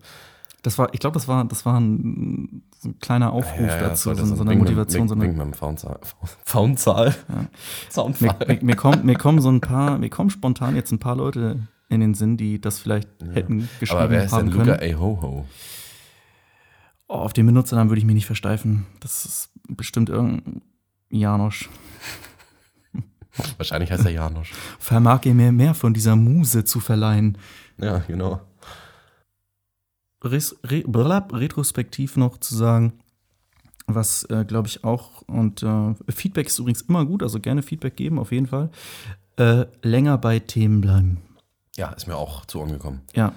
Speaker 1: Das war, ich glaube, das war, das war ein, so ein kleiner Aufruf dazu, so, so eine Motivation, so eine
Speaker 2: Wegen meinem Faunzahl. Faunzahl.
Speaker 1: mir,
Speaker 2: Soundfall.
Speaker 1: mir, mir, kommen, mir kommen so ein paar, mir kommen spontan jetzt ein paar Leute in den Sinn, die das vielleicht hätten geschrieben
Speaker 2: Aber wer ist
Speaker 1: haben
Speaker 2: denn Luca
Speaker 1: können.
Speaker 2: Ahoho?
Speaker 1: Oh, auf den Benutzernamen würde ich mich nicht versteifen. Das ist bestimmt irgendein Janosch.
Speaker 2: Wahrscheinlich heißt er Janosch.
Speaker 1: Vermag ihr mir mehr von dieser Muse zu verleihen?
Speaker 2: Ja, genau.
Speaker 1: Res, re, blab, retrospektiv noch zu sagen, was äh, glaube ich auch, und äh, Feedback ist übrigens immer gut, also gerne Feedback geben, auf jeden Fall. Äh, länger bei Themen bleiben.
Speaker 2: Ja, ist mir auch zu Ohren gekommen.
Speaker 1: Ja.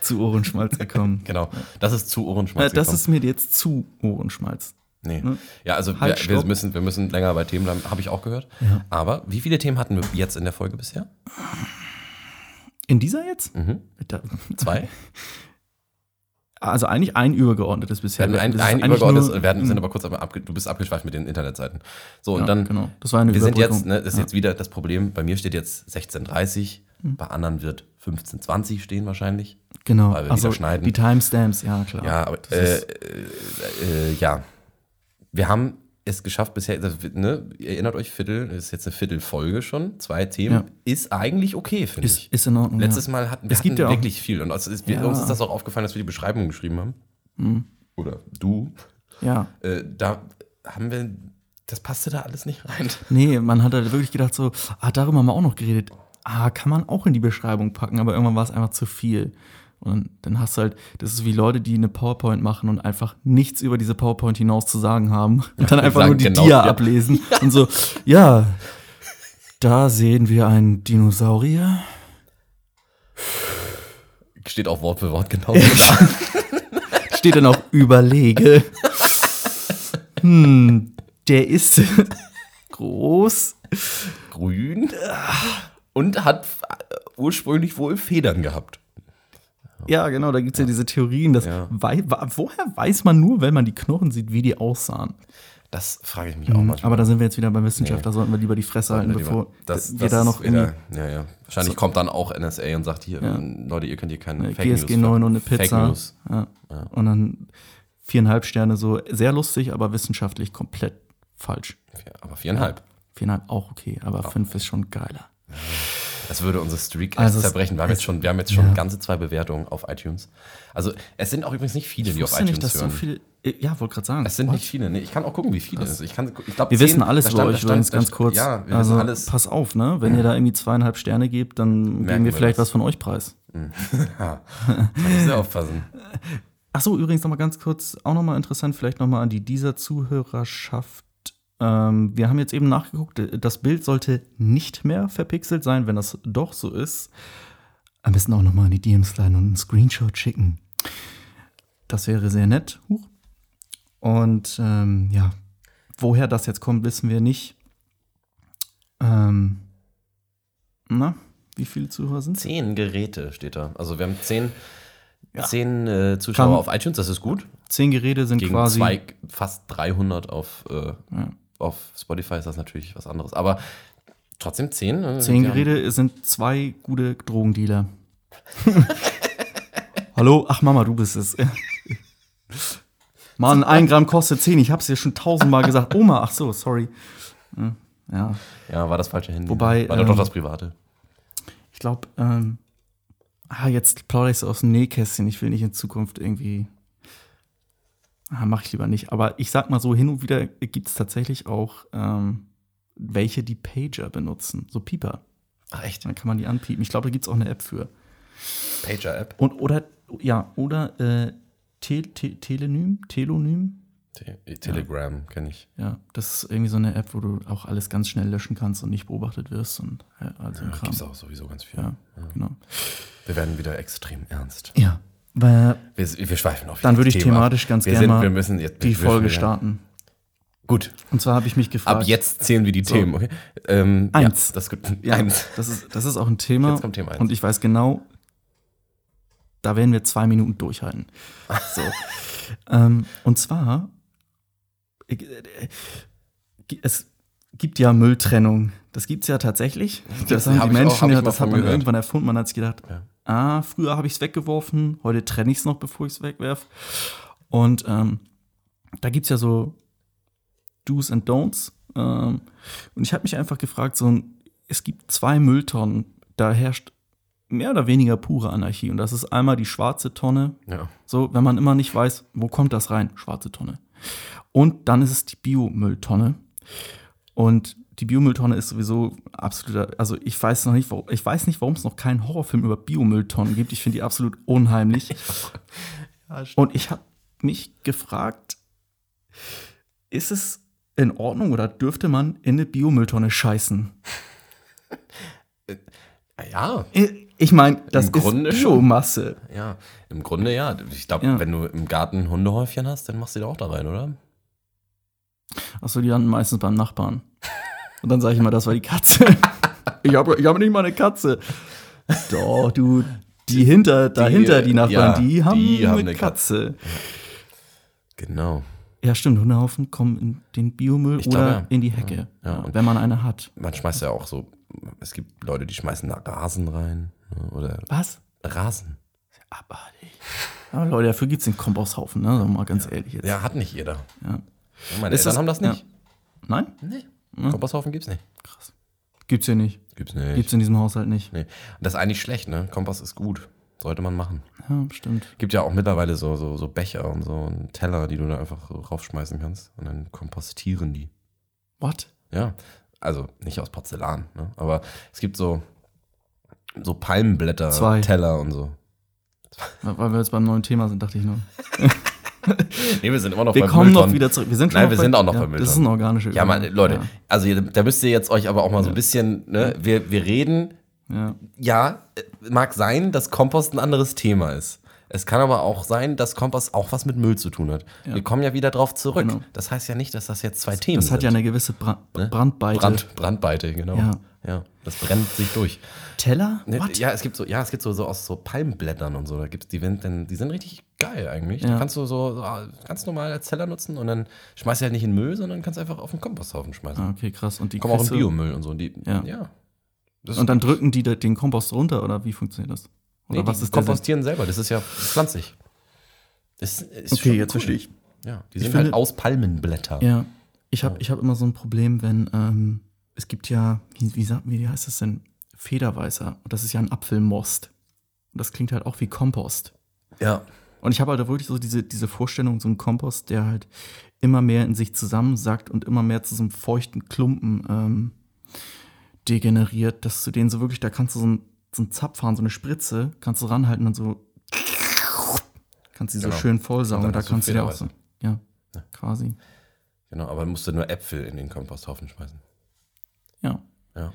Speaker 1: zu Ohrenschmalz gekommen.
Speaker 2: Genau. Das ist zu
Speaker 1: Äh,
Speaker 2: Ohrenschmalz.
Speaker 1: das
Speaker 2: gekommen.
Speaker 1: ist mir jetzt zu Ohrenschmalz.
Speaker 2: Nee.
Speaker 1: ne?
Speaker 2: Ja, also
Speaker 1: Halt,
Speaker 2: wir, wir,
Speaker 1: stopp.
Speaker 2: müssen, wir müssen länger bei Themen bleiben. Habe ich auch gehört.
Speaker 1: Ja.
Speaker 2: Aber wie viele Themen hatten wir jetzt in der Folge bisher?
Speaker 1: In dieser jetzt?
Speaker 2: Mhm.
Speaker 1: Da-
Speaker 2: Zwei?
Speaker 1: Also eigentlich ein übergeordnetes bisher.
Speaker 2: Werden ein,
Speaker 1: Das ist
Speaker 2: ein
Speaker 1: eigentlich
Speaker 2: übergeordnetes,
Speaker 1: nur- Hm.
Speaker 2: werden, sind aber kurz aber abge, du bist abgeschweift mit den Internetseiten. So, und
Speaker 1: Ja,
Speaker 2: dann,
Speaker 1: genau. Das war eine
Speaker 2: wir sind
Speaker 1: Überbrückung.
Speaker 2: jetzt, ne, das ist jetzt wieder das Problem, bei mir steht jetzt 16.30,
Speaker 1: Hm.
Speaker 2: bei anderen wird 15.20 stehen wahrscheinlich.
Speaker 1: Genau.
Speaker 2: weil wir
Speaker 1: also
Speaker 2: wieder schneiden.
Speaker 1: Die Timestamps, ja klar.
Speaker 2: Ja, aber, äh,
Speaker 1: ist-
Speaker 2: äh, äh, ja. Wir haben es geschafft bisher, also, ne, ihr erinnert euch, Viertel, das ist jetzt eine Viertelfolge schon, zwei Themen,
Speaker 1: Ja.
Speaker 2: ist eigentlich okay, finde ich.
Speaker 1: Ist, ist in Ordnung.
Speaker 2: Letztes
Speaker 1: ja.
Speaker 2: Mal hatten wir
Speaker 1: Es gibt
Speaker 2: hatten
Speaker 1: ja auch-
Speaker 2: wirklich viel. Und also ist, wir-
Speaker 1: Ja. Hm.
Speaker 2: uns ist das auch aufgefallen, dass wir die Beschreibung geschrieben haben. Oder du.
Speaker 1: Ja.
Speaker 2: Äh, da haben wir. Das passte da alles nicht rein.
Speaker 1: Nee, man hat halt wirklich gedacht so, ah, darüber haben wir auch noch geredet. Ah, kann man auch in die Beschreibung packen, aber irgendwann war es einfach zu viel. Und dann, dann hast du halt, das ist wie Leute, die eine PowerPoint machen und einfach nichts über diese PowerPoint hinaus zu sagen haben und dann einfach
Speaker 2: sagen
Speaker 1: nur die
Speaker 2: genau,
Speaker 1: Dia
Speaker 2: ja.
Speaker 1: ablesen und so, ja, da sehen wir einen Dinosaurier.
Speaker 2: Steht auch Wort für Wort genau.
Speaker 1: Steht dann auch überlege. Hm, der ist groß.
Speaker 2: Grün. Und hat äh, ursprünglich wohl Federn gehabt.
Speaker 1: Ja, genau, da gibt es ja. diese Theorien, dass
Speaker 2: Ja.
Speaker 1: wei wa- woher weiß man nur, wenn man die Knochen sieht, wie die aussahen.
Speaker 2: Das frage ich mich auch manchmal.
Speaker 1: Hm, Aber da sind wir jetzt wieder beim Wissenschaftler, sollten wir lieber die Fresse halten,
Speaker 2: Oder lieber-
Speaker 1: bevor
Speaker 2: das,
Speaker 1: wir
Speaker 2: das
Speaker 1: da
Speaker 2: ist
Speaker 1: noch in
Speaker 2: wieder, ja, ja. Wahrscheinlich kommt dann auch NSA und sagt hier, Leute, ihr könnt hier keine
Speaker 1: die GSG 9 und eine
Speaker 2: Fake
Speaker 1: Pizza.
Speaker 2: News.
Speaker 1: Ja. Und dann viereinhalb Sterne, so sehr lustig, aber wissenschaftlich komplett falsch.
Speaker 2: Aber viereinhalb.
Speaker 1: Viereinhalb auch okay, aber fünf ist schon geiler.
Speaker 2: Das würde unsere Streak
Speaker 1: Also
Speaker 2: echt
Speaker 1: es-
Speaker 2: zerbrechen. Wir haben jetzt schon, wir haben jetzt schon ganze zwei Bewertungen auf iTunes. Also es sind auch übrigens nicht viele, die auf
Speaker 1: Wusste
Speaker 2: iTunes
Speaker 1: nicht, dass so
Speaker 2: hören.
Speaker 1: viel. Äh, Ja, wollte gerade sagen.
Speaker 2: es sind nicht viele. Nee, ich kann auch gucken, wie viele es sind. Ich kann, ich glaub,
Speaker 1: Wir
Speaker 2: zehn-
Speaker 1: wissen alles
Speaker 2: da
Speaker 1: über
Speaker 2: stand- da
Speaker 1: euch
Speaker 2: stand-
Speaker 1: übrigens
Speaker 2: da
Speaker 1: ganz
Speaker 2: st-
Speaker 1: kurz.
Speaker 2: Ja, wir
Speaker 1: also
Speaker 2: wissen alles.
Speaker 1: pass auf, ne? Wenn ihr da irgendwie zweieinhalb Sterne gebt, dann geben
Speaker 2: wir
Speaker 1: wir vielleicht
Speaker 2: das.
Speaker 1: was von euch preis.
Speaker 2: Da müssen wir aufpassen.
Speaker 1: Ach so, übrigens noch mal ganz kurz, auch noch mal interessant, vielleicht noch mal an die dieser Zuhörerschaft. Ähm, wir haben jetzt eben nachgeguckt, äh, das Bild sollte nicht mehr verpixelt sein, wenn das doch so ist. Am besten auch noch mal an die DMs leiten und einen Screenshot schicken. Das wäre sehr nett. Huch. Und ähm, ja, woher das jetzt kommt, wissen wir nicht. Ähm, na, wie viele Zuhörer sind es?
Speaker 2: Zehn Geräte steht da. Also wir haben zehn,
Speaker 1: Ja.
Speaker 2: zehn äh, Zuschauer
Speaker 1: Kann-
Speaker 2: auf iTunes, das ist gut.
Speaker 1: Zehn Geräte sind
Speaker 2: Gegen
Speaker 1: quasi.
Speaker 2: zwei, fast 300 auf, äh,
Speaker 1: Ja.
Speaker 2: auf Spotify ist das natürlich was anderes. Aber trotzdem zehn. äh,
Speaker 1: Zehn
Speaker 2: wir haben-
Speaker 1: Geräte sind zwei gute Drogendealer. Hallo? Ach, Mama, du bist es. Mann, ein Gramm kostet zehn. Ich hab's dir schon tausendmal gesagt. Oma, ach so, sorry. Äh, Ja,
Speaker 2: Ja, war das falsche Handy. ne?
Speaker 1: Wobei,
Speaker 2: War doch
Speaker 1: ähm,
Speaker 2: das private.
Speaker 1: ich glaube, ähm, ah, jetzt plaudere ich so aus dem Nähkästchen. Ich will nicht in Zukunft irgendwie. Ah, mach ich lieber nicht. Aber ich sag mal so, hin und wieder gibt's tatsächlich auch ähm, welche, die Pager benutzen. So Pieper.
Speaker 2: Ach echt?
Speaker 1: Dann kann man die anpiepen. Ich glaube, da gibt's auch eine App für.
Speaker 2: Pager-App.
Speaker 1: Und oder ja, oder äh, Te Te Telenym, Telonym.
Speaker 2: Te Telegram kenne ich.
Speaker 1: Ja, das ist irgendwie so eine App, wo du auch alles ganz schnell löschen kannst und nicht beobachtet wirst und äh, all so ein Kram.
Speaker 2: Gibt es auch sowieso ganz viel.
Speaker 1: Ja, genau.
Speaker 2: Wir werden wieder extrem ernst.
Speaker 1: Ja. Weil
Speaker 2: Wir, wir schweifen auf
Speaker 1: dann
Speaker 2: jeden
Speaker 1: würde ich
Speaker 2: Thema ab.
Speaker 1: thematisch ganz
Speaker 2: wir
Speaker 1: gerne
Speaker 2: sind,
Speaker 1: mal
Speaker 2: wir müssen jetzt,
Speaker 1: die
Speaker 2: wir
Speaker 1: Folge
Speaker 2: wir-
Speaker 1: starten.
Speaker 2: Gut,
Speaker 1: Und zwar habe ich mich gefragt.
Speaker 2: ab jetzt zählen wir die Themen. Okay? Ähm,
Speaker 1: Eins.
Speaker 2: Ja, das ist gut.
Speaker 1: Ja,
Speaker 2: Eins.
Speaker 1: Das, ist, das ist auch ein Thema.
Speaker 2: Jetzt kommt Thema eins.
Speaker 1: Und ich weiß genau, da werden wir zwei Minuten durchhalten. So. ähm, und zwar, ich- äh, äh, es gibt ja Mülltrennung. Das gibt es ja tatsächlich. Das haben
Speaker 2: hab
Speaker 1: die
Speaker 2: ich auch-
Speaker 1: Menschen
Speaker 2: hab ich
Speaker 1: ja,
Speaker 2: mal
Speaker 1: das
Speaker 2: von
Speaker 1: hat man
Speaker 2: gehört.
Speaker 1: irgendwann erfunden. Man hat sich gedacht,
Speaker 2: Ja.
Speaker 1: ah, früher habe ich es weggeworfen, heute trenne ich es noch, bevor ich es wegwerfe. Und ähm, da gibt es ja so Do's and Don'ts. Ähm, und ich habe mich einfach gefragt, so, ein- es gibt zwei Mülltonnen, da herrscht mehr oder weniger pure Anarchie. Und das ist einmal die schwarze Tonne,
Speaker 2: Ja.
Speaker 1: so, wenn man immer nicht weiß, wo kommt das rein, schwarze Tonne. Und dann ist es die Biomülltonne. Und die Biomülltonne ist sowieso absoluter, also ich weiß noch nicht, warum, ich weiß nicht, warum es noch keinen Horrorfilm über Biomülltonnen gibt. Ich finde die absolut unheimlich. Und ich habe mich gefragt, ist es in Ordnung oder dürfte man in eine Biomülltonne scheißen?
Speaker 2: Ah, ja,
Speaker 1: I- Ich meine, das
Speaker 2: Grunde
Speaker 1: ist
Speaker 2: schon.
Speaker 1: Biomasse.
Speaker 2: ja. Im Grunde ja. Ich glaube,
Speaker 1: Ja.
Speaker 2: wenn du im Garten Hundehäufchen hast, dann machst du die da auch da rein, oder?
Speaker 1: Achso, die landen meistens beim Nachbarn. Und dann sage ich immer, das war die Katze. ich habe ich hab nicht mal eine Katze. Doch, du, die hinter, dahinter, die Nachbarn,
Speaker 2: ja,
Speaker 1: die haben,
Speaker 2: die haben
Speaker 1: eine
Speaker 2: eine
Speaker 1: Katze.
Speaker 2: Genau.
Speaker 1: Ja, stimmt, Hundehaufen kommen in den Biomüll
Speaker 2: Ich
Speaker 1: oder
Speaker 2: glaub, ja.
Speaker 1: in die Hecke,
Speaker 2: Ja,
Speaker 1: ja,
Speaker 2: und-
Speaker 1: wenn man eine hat.
Speaker 2: Man schmeißt ja auch so, es gibt Leute, die schmeißen da Rasen rein. ne, Oder
Speaker 1: Was?
Speaker 2: Rasen.
Speaker 1: Abartig. Aber Leute, dafür gibt es den Komposthaufen, ne? Sagen wir mal ganz ehrlich jetzt.
Speaker 2: Ja, hat nicht jeder.
Speaker 1: Ja.
Speaker 2: Meine
Speaker 1: Ist
Speaker 2: Eltern
Speaker 1: das-
Speaker 2: haben das
Speaker 1: ja.
Speaker 2: nicht.
Speaker 1: Nein?
Speaker 2: Nee. Kompasshaufen gibt's nicht.
Speaker 1: Krass. Gibt's hier nicht.
Speaker 2: Ne? Gibt's nicht.
Speaker 1: Gibt's in diesem Haushalt nicht.
Speaker 2: Nee. Das ist eigentlich schlecht, ne? Kompass ist gut. Sollte man machen.
Speaker 1: Ja, stimmt.
Speaker 2: Gibt ja auch mittlerweile so, so, so Becher und so und Teller, die du da einfach so raufschmeißen kannst. Und dann kompostieren die.
Speaker 1: What?
Speaker 2: Ja. Also nicht aus Porzellan, ne? Aber es gibt so, so Palmenblätter,
Speaker 1: Zwei.
Speaker 2: Teller und so.
Speaker 1: Weil wir jetzt beim neuen Thema sind, dachte ich nur.
Speaker 2: Nee, wir sind immer noch
Speaker 1: Wir
Speaker 2: beim
Speaker 1: kommen noch
Speaker 2: Mülltonnen.
Speaker 1: wieder zurück. Wir sind schon
Speaker 2: Nein,
Speaker 1: noch
Speaker 2: wir
Speaker 1: bei-
Speaker 2: sind auch noch
Speaker 1: ja,
Speaker 2: bei
Speaker 1: Das ist
Speaker 2: Mülltonnen.
Speaker 1: ein organischer
Speaker 2: Ja, man, Leute, also ihr, da müsst ihr jetzt euch aber auch mal so ein bisschen, ne, wir, wir reden,
Speaker 1: Ja, ja.
Speaker 2: ja, äh, mag sein, dass Kompost ein anderes Thema ist. Es kann aber auch sein, dass Kompost auch was mit Müll zu tun hat. Wir kommen ja wieder drauf zurück.
Speaker 1: Genau.
Speaker 2: Das heißt ja nicht, dass das jetzt zwei Themen
Speaker 1: Das hat ja
Speaker 2: sind. Ne?
Speaker 1: eine gewisse Bra Brandbeite.
Speaker 2: Brand, Brandbeite, genau.
Speaker 1: Ja.
Speaker 2: Ja. das brennt sich durch.
Speaker 1: Teller?
Speaker 2: Ne,
Speaker 1: What?
Speaker 2: Ja, es gibt so, ja, es gibt so, so aus so Palmblättern und so. Da gibt's die, wenn, denn, die sind richtig geil eigentlich.
Speaker 1: Ja.
Speaker 2: Die kannst du so, so ah, ganz normal als Teller nutzen und dann schmeißt du halt nicht in den Müll, sondern kannst einfach auf den Komposthaufen schmeißen.
Speaker 1: Ah, okay, krass. Und die
Speaker 2: Kommen auch in
Speaker 1: kriegst du-
Speaker 2: Biomüll und so. Und die,
Speaker 1: Ja.
Speaker 2: ja. Das
Speaker 1: Und dann drücken die da- den Kompost runter oder wie funktioniert das? Oder
Speaker 2: nee,
Speaker 1: was
Speaker 2: die
Speaker 1: ist der Sinn?
Speaker 2: kompostieren selber. Das ist ja pflanzlich. Das ist
Speaker 1: Okay,
Speaker 2: schon
Speaker 1: jetzt verstehe ich.
Speaker 2: Ja, die
Speaker 1: Ich
Speaker 2: sind
Speaker 1: finde-
Speaker 2: halt aus Palmenblätter.
Speaker 1: Ja, ich habe ich hab immer so ein Problem, wenn ähm, es gibt ja, wie, wie, sagt- wie heißt das denn? Federweißer. Und das ist ja ein Apfelmost. Und das klingt halt auch wie Kompost.
Speaker 2: ja.
Speaker 1: Und ich habe halt wirklich so diese, diese Vorstellung, so einen Kompost, der halt immer mehr in sich zusammensackt und immer mehr zu so einem feuchten Klumpen ähm, degeneriert, dass du den so wirklich, da kannst du so einen, so einen Zapfhahn, so eine Spritze, kannst du ranhalten und so kannst die so
Speaker 2: Genau.
Speaker 1: schön vollsaugen.
Speaker 2: Und dann
Speaker 1: Da
Speaker 2: hast du
Speaker 1: kannst du dir auch so.
Speaker 2: Federweißer.
Speaker 1: Ja,
Speaker 2: Ja.
Speaker 1: quasi.
Speaker 2: Genau, aber musst du nur Äpfel in den Komposthaufen schmeißen.
Speaker 1: Ja.
Speaker 2: Ja.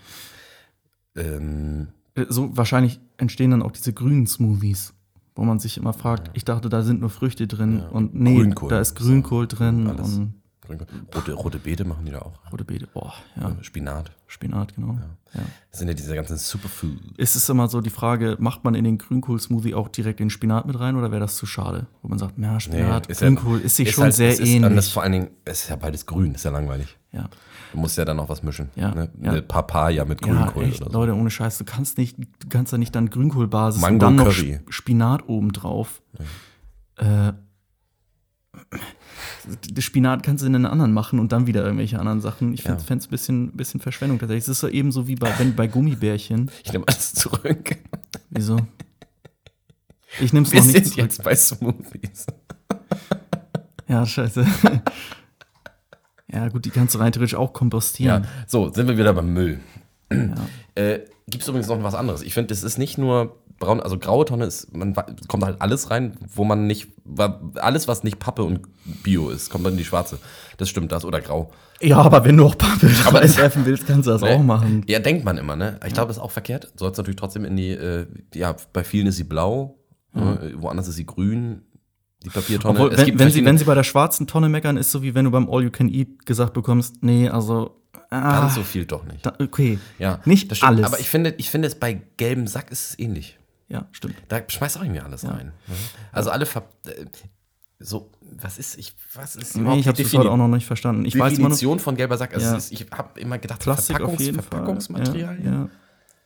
Speaker 2: Ähm,
Speaker 1: Äh, So wahrscheinlich entstehen dann auch diese grünen Smoothies, wo man sich immer fragt, ich dachte, da sind nur Früchte drin
Speaker 2: Ja,
Speaker 1: und
Speaker 2: und
Speaker 1: nee,
Speaker 2: Grünkohl.
Speaker 1: da ist Grünkohl
Speaker 2: Ja,
Speaker 1: drin
Speaker 2: alles.
Speaker 1: und
Speaker 2: Grünkohl. rote, rote Beete machen die da auch.
Speaker 1: rote Beete. Boah, ja.
Speaker 2: Spinat.
Speaker 1: Spinat, genau. Ja.
Speaker 2: Das sind ja diese ganzen Superfood.
Speaker 1: Es ist immer so die Frage, macht man in den Grünkohl-Smoothie auch direkt den Spinat mit rein oder wäre das zu schade? Wo man sagt, na, Spinat,
Speaker 2: ist ja-
Speaker 1: Grünkohl ist sich schon
Speaker 2: halt-
Speaker 1: sehr
Speaker 2: es ist, Und das
Speaker 1: ähnlich.
Speaker 2: vor allen Dingen, es ist ja beides grün, ist ja langweilig.
Speaker 1: Ja,
Speaker 2: Du musst ja dann noch was mischen.
Speaker 1: Ja,
Speaker 2: Ne?
Speaker 1: ja.
Speaker 2: Eine Papaya mit
Speaker 1: ja
Speaker 2: Grünkohl
Speaker 1: echt,
Speaker 2: oder so.
Speaker 1: Leute, ohne Scheiß, du kannst nicht, du kannst da nicht dann Grünkohlbasis und
Speaker 2: Mango
Speaker 1: dann noch
Speaker 2: Curry.
Speaker 1: Sp- Spinat obendrauf. Äh, das Spinat kannst du in einen anderen machen und dann wieder irgendwelche anderen Sachen. Ich fände es ein bisschen, bisschen Verschwendung tatsächlich. Es ist so eben so wie bei, wenn, bei Gummibärchen.
Speaker 2: Ich nehme alles zurück.
Speaker 1: Wieso? Ich nehme es
Speaker 2: Wir
Speaker 1: noch nicht
Speaker 2: sind
Speaker 1: zurück.
Speaker 2: jetzt bei Smoothies.
Speaker 1: Ja, scheiße. ja, gut, die kannst du rein theoretisch auch
Speaker 2: Ja,
Speaker 1: kompostieren.
Speaker 2: so, sind wir wieder beim Müll.
Speaker 1: Mhm. Ja.
Speaker 2: Äh, Gibt es übrigens noch was anderes? Ich finde, es ist nicht nur braun, also graue Tonne ist, man wa- kommt halt alles rein, wo man nicht, wa- alles, was nicht Pappe und Bio ist, kommt dann in die schwarze. Das stimmt, das oder grau.
Speaker 1: Ja, aber wenn du auch Pappe
Speaker 2: Aber-
Speaker 1: reinwerfen willst, kannst du das
Speaker 2: Nee.
Speaker 1: auch machen.
Speaker 2: ne? Ja, denkt man immer, ne? Ich glaube, das ist auch verkehrt. Soll es natürlich trotzdem in die, äh, ja, bei vielen ist sie blau, Ne? Woanders ist sie grün, die Papiertonne.
Speaker 1: Obwohl,
Speaker 2: Es
Speaker 1: wenn,
Speaker 2: gibt
Speaker 1: wenn, sie,
Speaker 2: verschiedene-
Speaker 1: wenn sie bei der schwarzen Tonne meckern, ist so wie wenn du beim All You Can Eat gesagt bekommst, nee, also. Ah,
Speaker 2: ganz so viel doch nicht.
Speaker 1: da, okay.
Speaker 2: Ja,
Speaker 1: Nicht
Speaker 2: das stimmt.
Speaker 1: alles.
Speaker 2: Aber ich finde, ich finde es bei gelbem Sack ist es ähnlich.
Speaker 1: Ja, stimmt.
Speaker 2: Da schmeißt auch irgendwie alles rein. Mhm. Also alle Ver äh, so was ist ich was ist
Speaker 1: Nee, ich habe das
Speaker 2: Defini-
Speaker 1: heute auch noch nicht verstanden. Ich weiß immer noch,
Speaker 2: Definition von gelber Sack. Also
Speaker 1: Ja.
Speaker 2: es ist, ich habe immer gedacht
Speaker 1: Plastik auf jeden
Speaker 2: Verpackungsmaterial.
Speaker 1: Fall. Ja,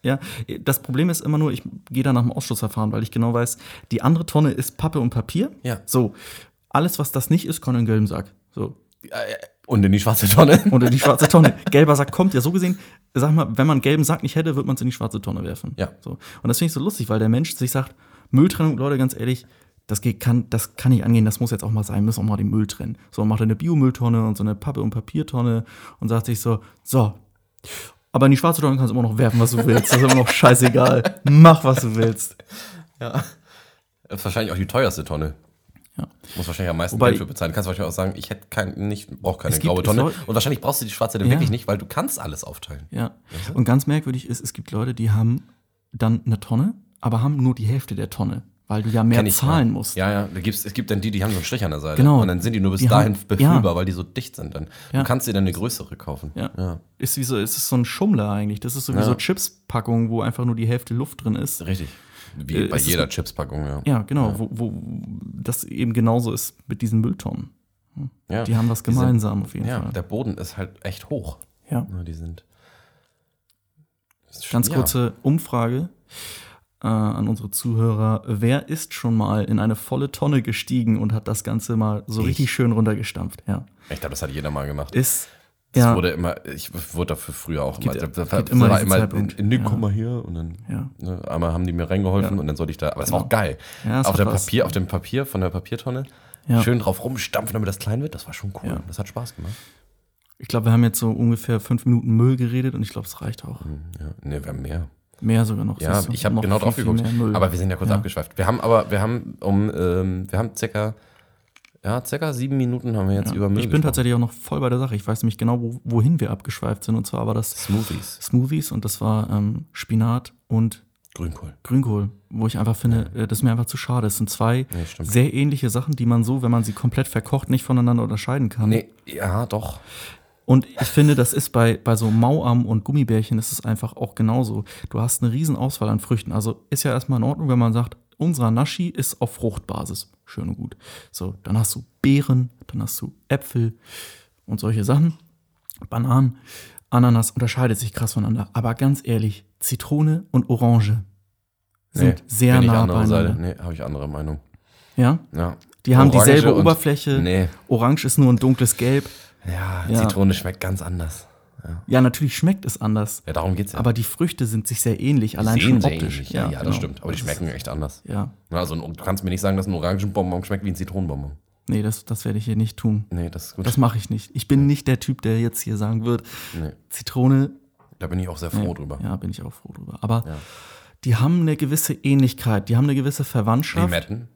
Speaker 1: ja. ja, das Problem ist immer nur, ich gehe da nach dem Ausschlussverfahren, weil ich genau weiß, die andere Tonne ist Pappe und Papier.
Speaker 2: Ja.
Speaker 1: So, alles, was das nicht ist, kann in den gelben Sack. So.
Speaker 2: Und in die schwarze Tonne.
Speaker 1: Und in die schwarze Tonne. Gelber Sack kommt ja so gesehen, sag mal, wenn man einen gelben Sack nicht hätte, würde man es in die schwarze Tonne werfen.
Speaker 2: Ja.
Speaker 1: So. Und das finde ich so lustig, weil der Mensch sich sagt, Mülltrennung, Leute, ganz ehrlich, das geht, kann, das kann nicht angehen, das muss jetzt auch mal sein, müssen auch mal den Müll trennen. So, macht er eine Biomülltonne und so eine Pappe- und Papiertonne und sagt sich so, so, aber in die schwarze Tonne kannst du immer noch werfen, was du willst. Das ist immer noch scheißegal. Mach, was du willst.
Speaker 2: Das ist wahrscheinlich auch die teuerste Tonne.
Speaker 1: Ja.
Speaker 2: Muss wahrscheinlich am meisten
Speaker 1: Wobei-
Speaker 2: Geld für bezahlen. Kannst wahrscheinlich auch sagen, ich hätte kein, nicht, brauche keine
Speaker 1: Es gibt-
Speaker 2: graue
Speaker 1: es
Speaker 2: Tonne.
Speaker 1: soll-
Speaker 2: Und wahrscheinlich brauchst du die schwarze dann
Speaker 1: Ja.
Speaker 2: wirklich nicht, weil du kannst alles aufteilen.
Speaker 1: Ja. Und ganz merkwürdig ist, es gibt Leute, die haben dann eine Tonne, aber haben nur die Hälfte der Tonne, weil du ja mehr
Speaker 2: Kenn ich,
Speaker 1: zahlen
Speaker 2: ja.
Speaker 1: musst.
Speaker 2: Ja, ja. Da gibt's, es gibt dann die, die haben so einen Strich an der Seite.
Speaker 1: Genau.
Speaker 2: Und dann sind die nur bis
Speaker 1: Die
Speaker 2: dahin
Speaker 1: haben-
Speaker 2: befüllbar,
Speaker 1: ja.
Speaker 2: weil die so dicht sind dann.
Speaker 1: Ja.
Speaker 2: Du kannst dir dann eine größere kaufen.
Speaker 1: Ja.
Speaker 2: ja.
Speaker 1: Ist wie so, es ist so ein Schummler eigentlich. Das ist so wie
Speaker 2: Ja.
Speaker 1: so Chips-Packung, wo einfach nur die Hälfte Luft drin ist.
Speaker 2: Richtig. Wie
Speaker 1: Äh,
Speaker 2: bei
Speaker 1: es ist-
Speaker 2: jeder Chipspackung, ja.
Speaker 1: Ja, genau, Wo, wo das eben genauso ist mit diesen Mülltonnen.
Speaker 2: Ja.
Speaker 1: Die haben was
Speaker 2: sind-
Speaker 1: gemeinsam auf jeden
Speaker 2: Ja,
Speaker 1: Fall.
Speaker 2: der Boden ist halt echt hoch.
Speaker 1: Ja.
Speaker 2: Ja, die sind.
Speaker 1: Ganz
Speaker 2: Ja.
Speaker 1: kurze Umfrage äh, an unsere Zuhörer. Wer ist schon mal in eine volle Tonne gestiegen und hat das Ganze mal so
Speaker 2: Ich.
Speaker 1: richtig schön runtergestampft? Ja.
Speaker 2: Ich glaube, das hat jeder mal gemacht.
Speaker 1: Ist.
Speaker 2: Das
Speaker 1: Ja,
Speaker 2: wurde immer, ich wurde dafür früher auch
Speaker 1: Gibt-
Speaker 2: immer, da- da-
Speaker 1: gibt
Speaker 2: da
Speaker 1: immer
Speaker 2: war
Speaker 1: diesen Zeitpunkt.
Speaker 2: Nick,
Speaker 1: Ja.
Speaker 2: komm mal hier und dann
Speaker 1: Ja.
Speaker 2: ne, einmal haben die mir reingeholfen
Speaker 1: Ja.
Speaker 2: und dann sollte ich da, aber es war auch
Speaker 1: Genau.
Speaker 2: geil.
Speaker 1: Ja, es
Speaker 2: auf,
Speaker 1: hat
Speaker 2: dem
Speaker 1: was.
Speaker 2: Papier, auf dem Papier, von der Papiertonne,
Speaker 1: Ja.
Speaker 2: schön drauf rumstampfen, damit das klein wird, das war schon cool.
Speaker 1: Ja.
Speaker 2: Das hat Spaß gemacht.
Speaker 1: ich glaube, wir haben jetzt so ungefähr fünf Minuten Müll geredet und ich glaube, es reicht auch.
Speaker 2: Ja, ne, wir haben mehr.
Speaker 1: Mehr sogar noch.
Speaker 2: Ja,
Speaker 1: Siehst du,
Speaker 2: ich habe
Speaker 1: noch
Speaker 2: genau
Speaker 1: viel,
Speaker 2: drauf
Speaker 1: viel
Speaker 2: geguckt.
Speaker 1: mehr Müll.
Speaker 2: Aber wir sind ja kurz
Speaker 1: Ja.
Speaker 2: abgeschweift. Wir haben aber, wir haben um, ähm, wir haben circa, ja, circa sieben Minuten haben wir jetzt
Speaker 1: Ja.
Speaker 2: über Müll
Speaker 1: Ich bin
Speaker 2: gesprochen.
Speaker 1: tatsächlich auch noch voll bei der Sache. Ich weiß nämlich genau, wo, wohin wir abgeschweift sind. Und zwar war das
Speaker 2: Smoothies,
Speaker 1: Smoothies und das war ähm, Spinat und
Speaker 2: Grünkohl.
Speaker 1: Grünkohl, wo ich einfach finde, äh, das ist mir einfach zu schade. Es sind zwei
Speaker 2: Nee, stimmt.
Speaker 1: sehr ähnliche Sachen, die man so, wenn man sie komplett verkocht, nicht voneinander unterscheiden kann.
Speaker 2: Nee, ja, doch.
Speaker 1: Und ich finde, das ist bei, bei so Mauam und Gummibärchen ist es einfach auch genauso. Du hast eine riesen Auswahl an Früchten. Also ist ja erstmal in Ordnung, wenn man sagt, unserer Nashi ist auf Fruchtbasis. Schön und gut. So, dann hast du Beeren, dann hast du Äpfel und solche Sachen. Bananen, Ananas unterscheidet sich krass voneinander. Aber ganz ehrlich, Zitrone und Orange sind
Speaker 2: Nee,
Speaker 1: sehr
Speaker 2: bin ich
Speaker 1: nah
Speaker 2: anderer Seite.
Speaker 1: beieinander.
Speaker 2: Nee, habe ich andere Meinung.
Speaker 1: Ja?
Speaker 2: Ja.
Speaker 1: Die haben
Speaker 2: Orange
Speaker 1: dieselbe
Speaker 2: und-
Speaker 1: Oberfläche.
Speaker 2: Nee.
Speaker 1: Orange ist nur ein dunkles Gelb.
Speaker 2: Ja,
Speaker 1: Ja.
Speaker 2: Zitrone schmeckt ganz anders.
Speaker 1: Ja, natürlich schmeckt es anders.
Speaker 2: Ja, darum geht's ja.
Speaker 1: Aber die Früchte sind sich sehr ähnlich,
Speaker 2: Die
Speaker 1: allein
Speaker 2: sehen
Speaker 1: schon
Speaker 2: sehr
Speaker 1: optisch.
Speaker 2: ähnlich. Ja, ja, das
Speaker 1: genau.
Speaker 2: stimmt. Aber
Speaker 1: Das
Speaker 2: die schmecken echt anders.
Speaker 1: Ist, ja,
Speaker 2: Na, Also, du kannst mir nicht sagen, dass ein Orangenbonbon schmeckt wie ein Zitronenbonbon.
Speaker 1: nee, das, das werde ich hier nicht tun.
Speaker 2: Nee, das ist gut.
Speaker 1: Das mache ich nicht. Ich bin nicht der Typ, der jetzt hier sagen wird,
Speaker 2: nee,
Speaker 1: Zitrone.
Speaker 2: da bin ich auch sehr froh drüber.
Speaker 1: Ja, bin ich auch froh drüber. Aber
Speaker 2: Ja.
Speaker 1: die haben eine gewisse Ähnlichkeit, die haben eine gewisse
Speaker 2: Die
Speaker 1: Verwandtschaft.
Speaker 2: Metten.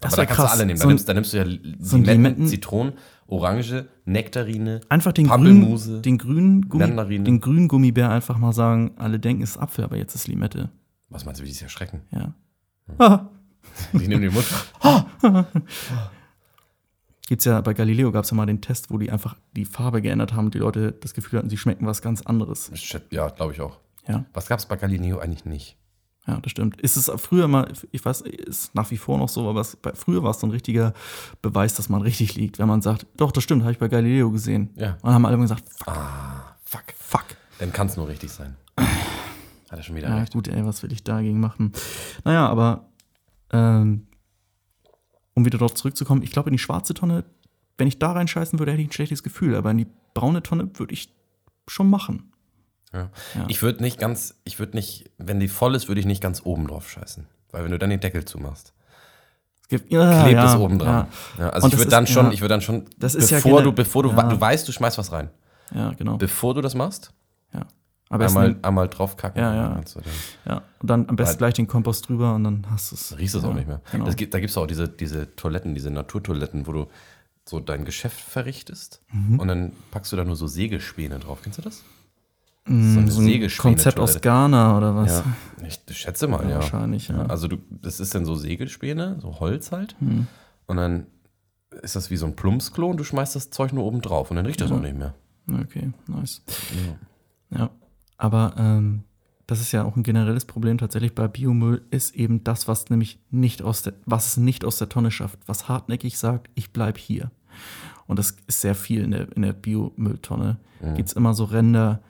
Speaker 1: das
Speaker 2: aber da
Speaker 1: wär
Speaker 2: kannst du alle nehmen. Da,
Speaker 1: So ein,
Speaker 2: nimmst, da nimmst du ja
Speaker 1: so ein
Speaker 2: Limetten,
Speaker 1: Limetten-
Speaker 2: Zitronen, Orange, Nektarine.
Speaker 1: einfach den
Speaker 2: Pampelmuse,
Speaker 1: grünen, den grünen, Gummi,
Speaker 2: Mandarine.
Speaker 1: den grünen Gummibär einfach mal sagen, alle denken, es ist Apfel, aber jetzt ist Limette.
Speaker 2: Was meinst du, wie die sich erschrecken?
Speaker 1: Ja. Ah,
Speaker 2: Die nehmen den Mund.
Speaker 1: Gibt's ja bei Galileo gab es ja mal den Test, wo die einfach die Farbe geändert haben und die Leute das Gefühl hatten, sie schmecken was ganz anderes.
Speaker 2: Shit, Ja, glaube ich auch.
Speaker 1: Ja.
Speaker 2: Was gab es bei Galileo eigentlich nicht?
Speaker 1: Ja, das stimmt. Ist es früher mal, ich weiß, ist nach wie vor noch so, aber es, bei, früher war es so ein richtiger Beweis, dass man richtig liegt, wenn man sagt, doch, das stimmt, habe ich bei Galileo gesehen.
Speaker 2: Ja.
Speaker 1: Und dann haben alle immer gesagt, fuck,
Speaker 2: Ah, Fuck.
Speaker 1: fuck.
Speaker 2: Dann kann es nur richtig sein. Hat er schon wieder
Speaker 1: Ja,
Speaker 2: recht.
Speaker 1: gut, ey, was will ich dagegen machen? Naja, aber ähm, um wieder dort zurückzukommen, ich glaube, in die schwarze Tonne, wenn ich da reinscheißen würde, hätte ich ein schlechtes Gefühl, aber in die braune Tonne würde ich schon machen.
Speaker 2: Ja.
Speaker 1: Ja.
Speaker 2: Ich würde nicht ganz, ich würde nicht, wenn die voll ist, würde ich nicht ganz oben drauf scheißen. Weil wenn du dann den Deckel zumachst,
Speaker 1: Es gibt, ja,
Speaker 2: klebt
Speaker 1: Ah, ja,
Speaker 2: es oben dran. Ja. also
Speaker 1: Und
Speaker 2: ich
Speaker 1: das
Speaker 2: würde dann
Speaker 1: ist-
Speaker 2: schon,
Speaker 1: ja.
Speaker 2: ich würde dann schon,
Speaker 1: Das ist ja
Speaker 2: bevor
Speaker 1: gener-
Speaker 2: du, bevor du,
Speaker 1: ja.
Speaker 2: du weißt, du schmeißt was rein.
Speaker 1: Ja, ja genau.
Speaker 2: Bevor du das machst,
Speaker 1: Ja. Aber es
Speaker 2: einmal,
Speaker 1: nimmt-
Speaker 2: einmal drauf kacken.
Speaker 1: Ja, ja.
Speaker 2: Also dann
Speaker 1: Ja, und dann am besten
Speaker 2: Weil-
Speaker 1: gleich den Kompost drüber und dann hast du es.
Speaker 2: riechst du es
Speaker 1: ja,
Speaker 2: auch nicht mehr.
Speaker 1: Genau.
Speaker 2: Das gibt, da gibt es auch diese, diese Toiletten, diese Naturtoiletten, wo du
Speaker 1: Mhm.
Speaker 2: so dein Geschäft verrichtest und dann packst du da nur so Sägespäne drauf. Kennst du das? So eine
Speaker 1: Mm, so ein
Speaker 2: Sägespäne-
Speaker 1: Konzept aus
Speaker 2: Toilette.
Speaker 1: Ghana oder was?
Speaker 2: Ja, ich schätze mal,
Speaker 1: Ja,
Speaker 2: ja.
Speaker 1: wahrscheinlich, ja.
Speaker 2: Also du, das ist dann so Segelspäne, so Holz halt.
Speaker 1: Hm.
Speaker 2: Und dann ist das wie so ein Plumpsklo und du schmeißt das Zeug nur oben drauf und dann riecht das auch nicht mehr.
Speaker 1: Okay, nice. Ja, aber ähm, das ist ja auch ein generelles Problem tatsächlich bei Biomüll, ist eben das, was nämlich nicht aus der, was es nicht aus der Tonne schafft, was hartnäckig sagt, ich bleib hier. Und das ist sehr viel in der, in der Biomülltonne. Gibt es immer so Ränder,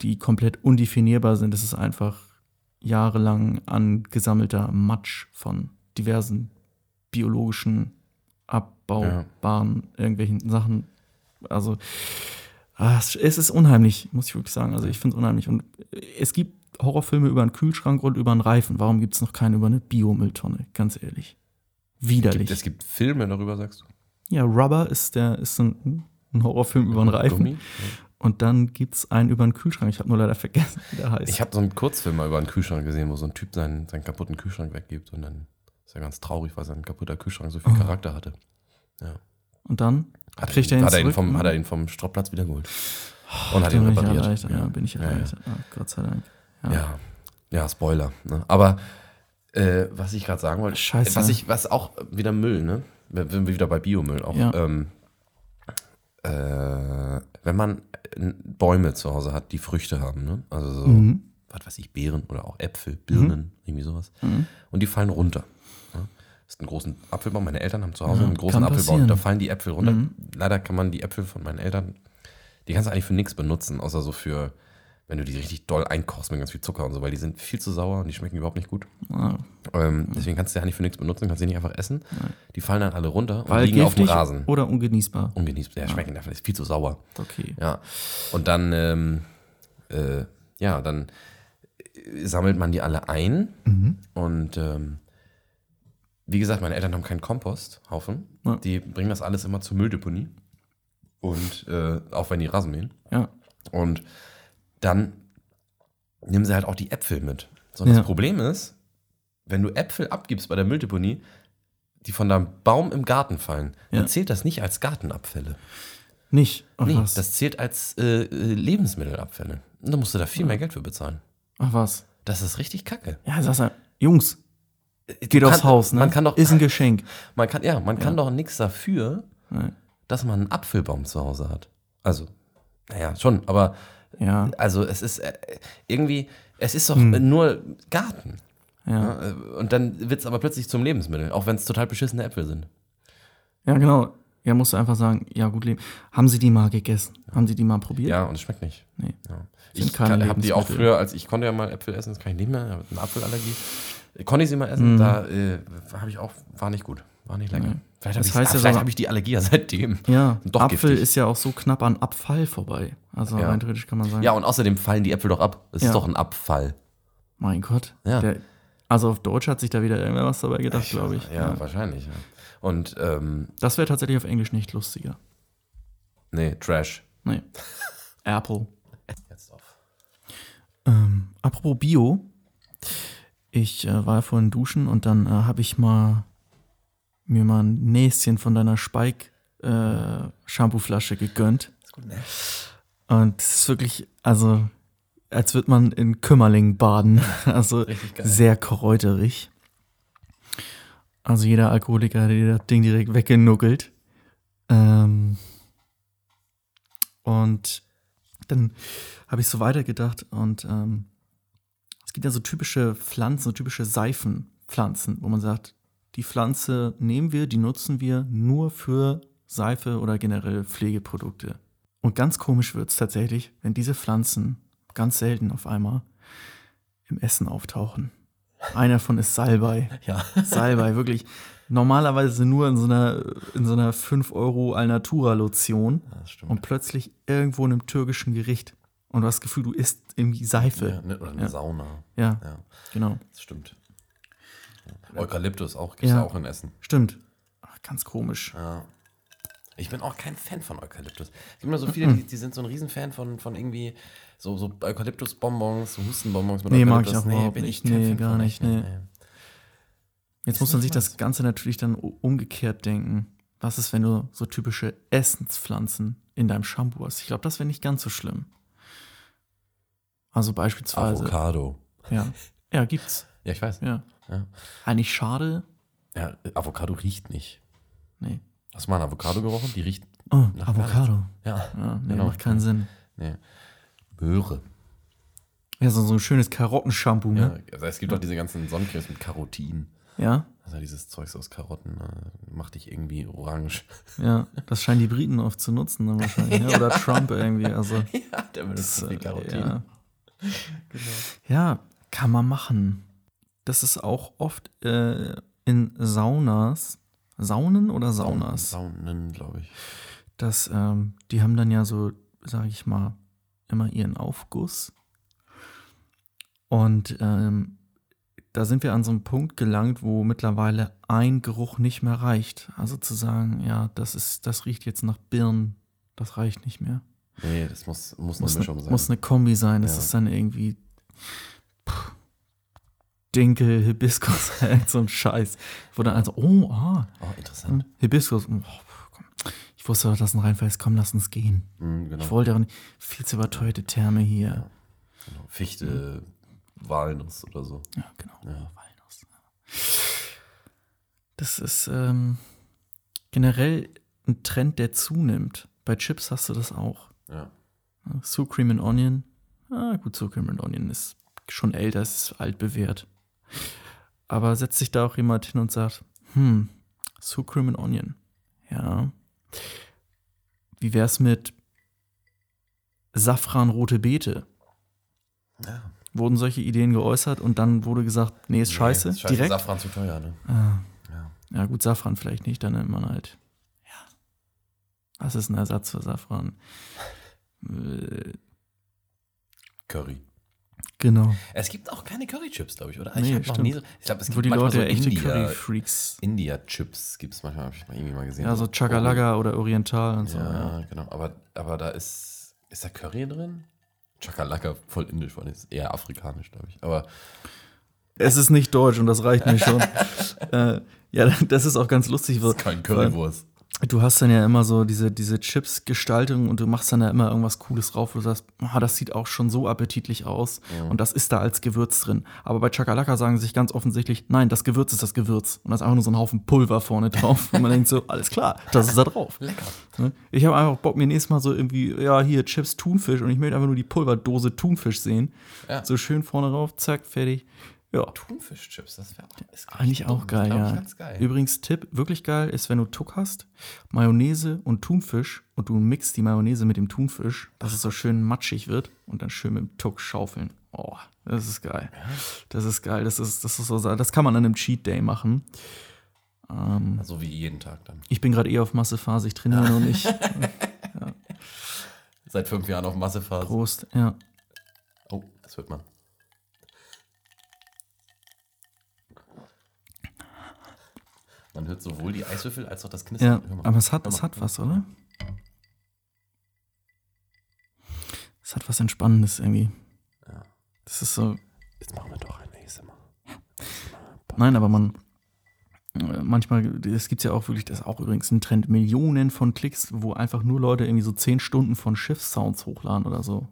Speaker 1: die komplett undefinierbar sind. Das ist einfach jahrelang angesammelter Matsch von diversen biologischen abbaubaren irgendwelchen Sachen. Also Ah, es es ist unheimlich, muss ich wirklich sagen. Also ich finde es unheimlich. Und es gibt Horrorfilme über einen Kühlschrank und über einen Reifen. Warum gibt es noch keinen über eine Biomülltonne? Ganz ehrlich. Widerlich.
Speaker 2: Gibt, es gibt Filme darüber, sagst du?
Speaker 1: ja, Rubber ist, der, ist ein, ein Horrorfilm über einen Reifen.
Speaker 2: Gummi?
Speaker 1: Und dann gibt es einen über einen Kühlschrank. Ich habe nur leider vergessen, wie der heißt.
Speaker 2: Ich habe so einen Kurzfilm mal über einen Kühlschrank gesehen, wo so ein Typ seinen, seinen kaputten Kühlschrank weggibt und dann ist er ganz traurig, weil sein kaputter Kühlschrank so viel
Speaker 1: Oh.
Speaker 2: Charakter hatte.
Speaker 1: und dann
Speaker 2: Hat,
Speaker 1: Kriegt er
Speaker 2: er, ihn,
Speaker 1: ihn
Speaker 2: hat, er ihn
Speaker 1: zurück,
Speaker 2: vom,
Speaker 1: ne?
Speaker 2: hat er ihn vom Stropplatz wiedergeholt. Und Oh, hat
Speaker 1: bin
Speaker 2: ihn
Speaker 1: ich
Speaker 2: repariert.
Speaker 1: erleichtert. Ja. bin ich
Speaker 2: ja.
Speaker 1: erleichtert. Ah, Gott sei Dank. Ja.
Speaker 2: Ja, ja, Spoiler. Ne? Aber äh, was ich gerade sagen wollte,
Speaker 1: Scheiße.
Speaker 2: was ich, was auch wieder Müll, ne? Wir sind wieder bei Biomüll auch.
Speaker 1: Ja.
Speaker 2: Ähm, äh, wenn man äh, Bäume zu Hause hat, die Früchte haben, ne? Also so,
Speaker 1: Mhm.
Speaker 2: was weiß ich, Beeren oder auch Äpfel, Birnen, irgendwie sowas.
Speaker 1: Mhm.
Speaker 2: Und die fallen runter. Ne? Das ist ein großen Apfelbaum. Meine Eltern haben zu Hause
Speaker 1: Ja,
Speaker 2: einen großen
Speaker 1: kann
Speaker 2: Apfelbaum. Da
Speaker 1: passieren. Mhm.
Speaker 2: fallen die Äpfel runter. Leider kann man die Äpfel von meinen Eltern, die kannst du eigentlich für nichts benutzen, außer so für, wenn du die richtig doll einkochst mit ganz viel Zucker und so, weil die sind viel zu sauer und die schmecken überhaupt nicht gut.
Speaker 1: Ah,
Speaker 2: Ähm, deswegen kannst du ja nicht für nichts benutzen, kannst sie nicht einfach essen. Die fallen dann alle runter und
Speaker 1: weil
Speaker 2: liegen auf dem
Speaker 1: giftig
Speaker 2: Rasen.
Speaker 1: oder ungenießbar.
Speaker 2: Ungenießbar. Ja, schmecken davon ist viel zu sauer.
Speaker 1: Okay.
Speaker 2: Ja. Und dann, ähm, äh, ja, dann äh, sammelt man die alle ein. Und ähm, wie gesagt, meine Eltern haben keinen Komposthaufen.
Speaker 1: Ja.
Speaker 2: Die bringen das alles immer zur Mülldeponie. Und äh, auch wenn die Rasen mähen.
Speaker 1: Ja.
Speaker 2: Und dann nehmen sie halt auch die Äpfel mit. So, und
Speaker 1: Ja.
Speaker 2: das Problem ist, wenn du Äpfel abgibst bei der Mülldeponie, die von deinem Baum im Garten fallen,
Speaker 1: Ja.
Speaker 2: dann zählt das nicht als Gartenabfälle.
Speaker 1: Nicht. Ach
Speaker 2: Nee,
Speaker 1: was.
Speaker 2: das zählt als äh, äh, Lebensmittelabfälle. Und dann musst du da viel
Speaker 1: Hm.
Speaker 2: mehr Geld für bezahlen.
Speaker 1: Ach was.
Speaker 2: Das ist richtig kacke.
Speaker 1: Ja, sag's ja. Jungs,
Speaker 2: Du
Speaker 1: Geht aufs
Speaker 2: kann-
Speaker 1: Haus, ne?
Speaker 2: Man kann doch,
Speaker 1: ist ein Geschenk.
Speaker 2: man kann, ja, man kann doch nichts dafür,
Speaker 1: Nein.
Speaker 2: dass man einen Apfelbaum zu Hause hat. Also, naja, schon, aber
Speaker 1: Ja,
Speaker 2: also es ist äh, irgendwie, es ist doch äh, nur Garten.
Speaker 1: Hm. ja.
Speaker 2: Ja, äh, Und dann wird es aber plötzlich zum Lebensmittel, auch wenn es total beschissene Äpfel sind.
Speaker 1: Ja, genau. Ja, musst du einfach sagen, ja, gut leben. Haben sie die mal gegessen? Haben sie die mal probiert?
Speaker 2: Ja, und es schmeckt nicht.
Speaker 1: Nee.
Speaker 2: Ja.
Speaker 1: Sind
Speaker 2: Ich
Speaker 1: keine
Speaker 2: habe die auch
Speaker 1: Lebensmittel.
Speaker 2: früher, als ich konnte ja mal Äpfel essen, das kann ich nicht mehr, ich hab eine Apfelallergie. Äh, Konnte ich sie mal essen, da äh, habe ich auch, war nicht gut, war nicht lecker.
Speaker 1: Mhm. Nee.
Speaker 2: Vielleicht
Speaker 1: Das
Speaker 2: habe ich,
Speaker 1: heißt ja
Speaker 2: vielleicht
Speaker 1: sogar-
Speaker 2: hab ich die Allergie ja seitdem.
Speaker 1: Ja,
Speaker 2: Doch
Speaker 1: Apfel
Speaker 2: giftig.
Speaker 1: ist ja auch so knapp an Abfall vorbei. Also
Speaker 2: Ja.
Speaker 1: rein theoretisch kann man sagen,
Speaker 2: Ja, und außerdem fallen die Äpfel doch ab. Es
Speaker 1: Ja.
Speaker 2: ist doch ein Abfall.
Speaker 1: mein Gott.
Speaker 2: Ja.
Speaker 1: Der, also auf Deutsch hat sich da wieder irgendwer was dabei gedacht, glaube ich.
Speaker 2: Ja, wahrscheinlich. Ja. Und, ähm,
Speaker 1: Das wäre tatsächlich auf Englisch nicht lustiger.
Speaker 2: nee, Trash.
Speaker 1: Nee. Apple.
Speaker 2: Jetzt auf.
Speaker 1: Ähm, apropos Bio, ich äh, war ja vorhin duschen und dann äh, habe ich mal mir mal ein Näschen von deiner Spike äh, Shampooflasche gegönnt.
Speaker 2: Ist gut, ne?
Speaker 1: Und es ist wirklich, also als würde man in Kümmerling baden. Also
Speaker 2: Richtig geil.
Speaker 1: sehr kräuterig. Also jeder Alkoholiker hätte dir das Ding direkt weggenuckelt. Ähm und dann habe ich so weitergedacht und ähm, es gibt ja so typische Pflanzen, so typische Seifenpflanzen, wo man sagt, die Pflanze nehmen wir, die nutzen wir nur für Seife oder generell Pflegeprodukte. Und ganz komisch wird es tatsächlich, wenn diese Pflanzen ganz selten auf einmal im Essen auftauchen. Einer von ist Salbei.
Speaker 2: Ja.
Speaker 1: Salbei, wirklich. Normalerweise nur in so einer, in so einer 5 Euro Alnatura-Lotion
Speaker 2: Das stimmt.
Speaker 1: und plötzlich irgendwo in einem türkischen Gericht. Und du hast das Gefühl, du isst irgendwie
Speaker 2: ja,
Speaker 1: Seife.
Speaker 2: ne, oder eine
Speaker 1: Ja.
Speaker 2: Sauna.
Speaker 1: Ja,
Speaker 2: Ja,
Speaker 1: genau.
Speaker 2: das stimmt. Eukalyptus auch, gibt es
Speaker 1: Ja.
Speaker 2: ja. auch in Essen.
Speaker 1: Stimmt. Ach, ganz komisch.
Speaker 2: Ja. Ich bin auch kein Fan von Eukalyptus. Es gibt immer so viele, die, die sind so ein Riesenfan von, von irgendwie so, so Eukalyptus-Bonbons, so Hustenbonbons mit
Speaker 1: Nee, mag
Speaker 2: Eukalyptus.
Speaker 1: ich auch überhaupt
Speaker 2: bin
Speaker 1: nicht.
Speaker 2: kein
Speaker 1: Nee,
Speaker 2: Fan
Speaker 1: gar
Speaker 2: von.
Speaker 1: nicht, nee. Jetzt
Speaker 2: Ist
Speaker 1: muss man sich
Speaker 2: nicht
Speaker 1: das
Speaker 2: meins.
Speaker 1: Ganze natürlich dann u- umgekehrt denken. Was ist, wenn du so typische Essenspflanzen in deinem Shampoo hast? Ich glaube, das wäre nicht ganz so schlimm. Also beispielsweise.
Speaker 2: Avocado.
Speaker 1: Ja. ja, gibt's.
Speaker 2: Ja, ich weiß.
Speaker 1: Ja.
Speaker 2: Ja.
Speaker 1: Eigentlich schade.
Speaker 2: Ja, Avocado riecht nicht.
Speaker 1: Nee.
Speaker 2: Hast du mal eine Avocado gerochen? Die riecht.
Speaker 1: Oh,
Speaker 2: Nach
Speaker 1: Avocado.
Speaker 2: Ja.
Speaker 1: Ja, nee,
Speaker 2: Genau.
Speaker 1: macht keinen Sinn.
Speaker 2: Nee. Möhre.
Speaker 1: Ja, so, so ein schönes Karottenshampoo,
Speaker 2: Ja.
Speaker 1: ne?
Speaker 2: Also es gibt auch diese ganzen Sonnencremes mit Karotin.
Speaker 1: Ja.
Speaker 2: Also dieses Zeugs aus Karotten äh, macht dich irgendwie orange.
Speaker 1: ja. Das scheinen die Briten oft zu nutzen, dann wahrscheinlich. ne? Oder Trump irgendwie. Also,
Speaker 2: ja, der
Speaker 1: das,
Speaker 2: benutzt
Speaker 1: äh, ja. ja, kann man machen. Das ist auch oft äh, in Saunas. Saunen oder Saunas?
Speaker 2: Saunen, glaube ich.
Speaker 1: dass ähm, die haben dann ja so, sage ich mal, immer ihren Aufguss. Und ähm, da sind wir an so einem Punkt gelangt, wo mittlerweile ein Geruch nicht mehr reicht. Also zu sagen, ja, das ist, das riecht jetzt nach Birnen, das reicht nicht mehr.
Speaker 2: Nee, das muss, muss eine
Speaker 1: Muss,
Speaker 2: Mischung
Speaker 1: ne,
Speaker 2: sein.
Speaker 1: muss eine Kombi sein. Das
Speaker 2: Ja.
Speaker 1: ist dann irgendwie pff, Dinkel, Hibiskus, irgend so ein Scheiß. Wo dann also, oh, ah,
Speaker 2: oh, interessant.
Speaker 1: Hibiskus. Oh, komm. Ich wusste doch, dass ein Reinfall ist. Komm, lass uns gehen.
Speaker 2: Mhm, genau.
Speaker 1: Ich wollte auch nicht. Viel zu überteuerte Terme hier.
Speaker 2: Genau. Fichte, Walnuss oder so.
Speaker 1: Ja, genau.
Speaker 2: Ja.
Speaker 1: Walnuss. Das ist ähm, generell ein Trend, der zunimmt. Bei Chips hast du das auch.
Speaker 2: Ja.
Speaker 1: So Cream and Onion. Ah, gut, So Cream and Onion ist schon älter, es ist altbewährt. Aber setzt sich da auch jemand hin und sagt, hm, So Cream and Onion. Ja. Wie wär's mit Safran rote Beete?
Speaker 2: ja.
Speaker 1: wurden solche Ideen geäußert und dann wurde gesagt, nee, ist scheiße,
Speaker 2: Nee,
Speaker 1: direkt.
Speaker 2: Safran zu teuer, ne?
Speaker 1: ah,
Speaker 2: Ja.
Speaker 1: ja gut, Safran vielleicht nicht, dann nennt man halt, ja, das ist ein Ersatz für Safran. Äh,
Speaker 2: Curry.
Speaker 1: genau,
Speaker 2: Es gibt auch keine Curry-Chips, glaube ich, oder?
Speaker 1: Nee,
Speaker 2: hab noch
Speaker 1: stimmt.
Speaker 2: nie so, ich glaube, es gibt
Speaker 1: wo die
Speaker 2: manchmal
Speaker 1: Leute
Speaker 2: so
Speaker 1: ja echte
Speaker 2: India-
Speaker 1: Curry-Freaks,
Speaker 2: India-Chips gibt es manchmal, habe ich mal irgendwie mal gesehen.
Speaker 1: ja, so Chakalaga oder Oriental und so. Ja.
Speaker 2: Ja, genau. Aber, aber da ist. Ist da Curry drin? Chakalaka, voll indisch, war das eher afrikanisch, glaube ich. Aber
Speaker 1: Es ist nicht deutsch und das reicht mir schon. äh, ja, das ist auch ganz lustig. weil-
Speaker 2: das ist kein Currywurst.
Speaker 1: Du hast dann ja immer so diese, diese Chips-Gestaltung und du machst dann ja immer irgendwas Cooles drauf, wo du sagst, ah, das sieht auch schon so appetitlich aus und das ist da als Gewürz drin. Aber bei Chakalaka sagen sie sich ganz offensichtlich, nein, das Gewürz ist das Gewürz und da ist einfach nur so ein Haufen Pulver vorne drauf und man denkt so, alles klar, das ist da drauf. Ne? Ich habe einfach Bock, mir nächstes Mal so irgendwie, ja, hier Chips Thunfisch und ich möchte einfach nur die Pulverdose Thunfisch sehen.
Speaker 2: Ja.
Speaker 1: So schön vorne drauf, zack, fertig. Ja.
Speaker 2: Thunfischchips, das wäre auch. ist
Speaker 1: Eigentlich
Speaker 2: richtig
Speaker 1: auch
Speaker 2: dumm.
Speaker 1: geil,
Speaker 2: Glaub ich,
Speaker 1: ja.
Speaker 2: ganz geil.
Speaker 1: Übrigens, Tipp, wirklich geil ist, wenn du Tuck hast, Mayonnaise und Thunfisch und du mixt die Mayonnaise mit dem Thunfisch, dass es so schön matschig wird und dann schön mit dem Tuck schaufeln. Oh, das ist geil. Das ist geil. Das ist, das ist so, das kann man an einem Cheat Day machen.
Speaker 2: So Also wie jeden Tag dann.
Speaker 1: Ich bin gerade eh auf Massephase, ich trainiere noch nicht.
Speaker 2: Seit fünf Jahren auf Massephase.
Speaker 1: Prost, ja.
Speaker 2: Oh, das wird man. Man hört sowohl die Eiswürfel als auch das
Speaker 1: Ja,
Speaker 2: Knistern. Hör mal.
Speaker 1: aber es hat,
Speaker 2: Hör mal.
Speaker 1: es hat was, oder? Es hat was Entspannendes irgendwie.
Speaker 2: Ja.
Speaker 1: Das ist so,
Speaker 2: Jetzt machen wir doch ein nächstes Mal.
Speaker 1: Nein, aber man äh, manchmal, es gibt ja auch wirklich, das ist auch übrigens ein Trend, Millionen von Klicks, wo einfach nur Leute irgendwie so 10 Stunden von Schiffssounds hochladen oder so.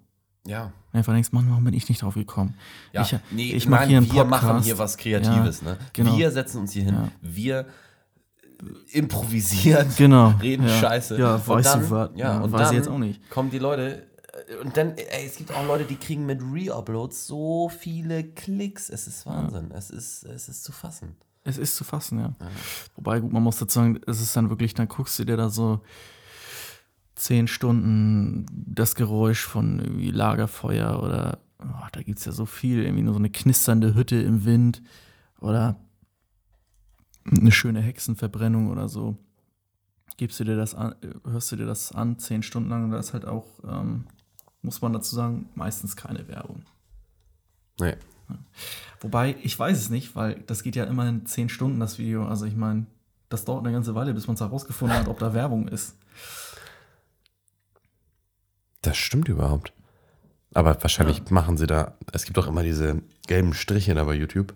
Speaker 2: Ja.
Speaker 1: Und einfach denkst, Mann, warum bin ich nicht drauf gekommen?
Speaker 2: Ja,
Speaker 1: ich
Speaker 2: nee,
Speaker 1: ich mache hier einen
Speaker 2: wir
Speaker 1: Podcast.
Speaker 2: machen hier was Kreatives.
Speaker 1: Ja,
Speaker 2: ne?
Speaker 1: genau.
Speaker 2: Wir setzen uns hier hin.
Speaker 1: Ja.
Speaker 2: Wir improvisieren,
Speaker 1: Genau.
Speaker 2: reden
Speaker 1: ja.
Speaker 2: Scheiße.
Speaker 1: Ja,
Speaker 2: Und
Speaker 1: weißt
Speaker 2: dann-
Speaker 1: du was?
Speaker 2: Ja, und
Speaker 1: weiß
Speaker 2: dann
Speaker 1: ich jetzt auch nicht.
Speaker 2: kommen die Leute. äh, Und dann, ey, es gibt auch Leute, die kriegen mit Reuploads so viele Klicks. Es ist Wahnsinn. Es, ist, es ist zu fassen.
Speaker 1: Es ist zu fassen, ja. Wobei, gut, man muss dazu sagen, es ist dann wirklich, dann guckst du dir da so zehn Stunden das Geräusch von irgendwie Lagerfeuer oder oh, da gibt es ja so viel, irgendwie nur so eine knisternde Hütte im Wind oder eine schöne Hexenverbrennung oder so. Gibst du dir das an, hörst du dir das an, zehn Stunden lang, und da ist halt auch, ähm, muss man dazu sagen, meistens keine Werbung.
Speaker 2: Nee.
Speaker 1: Wobei, ich weiß es nicht, weil das geht ja immerhin 10 Stunden, das Video. Also ich meine, das dauert eine ganze Weile, bis man es herausgefunden hat, ob da Werbung ist.
Speaker 2: Das stimmt überhaupt. Aber wahrscheinlich machen sie da. Es gibt doch immer diese gelben Striche da bei YouTube,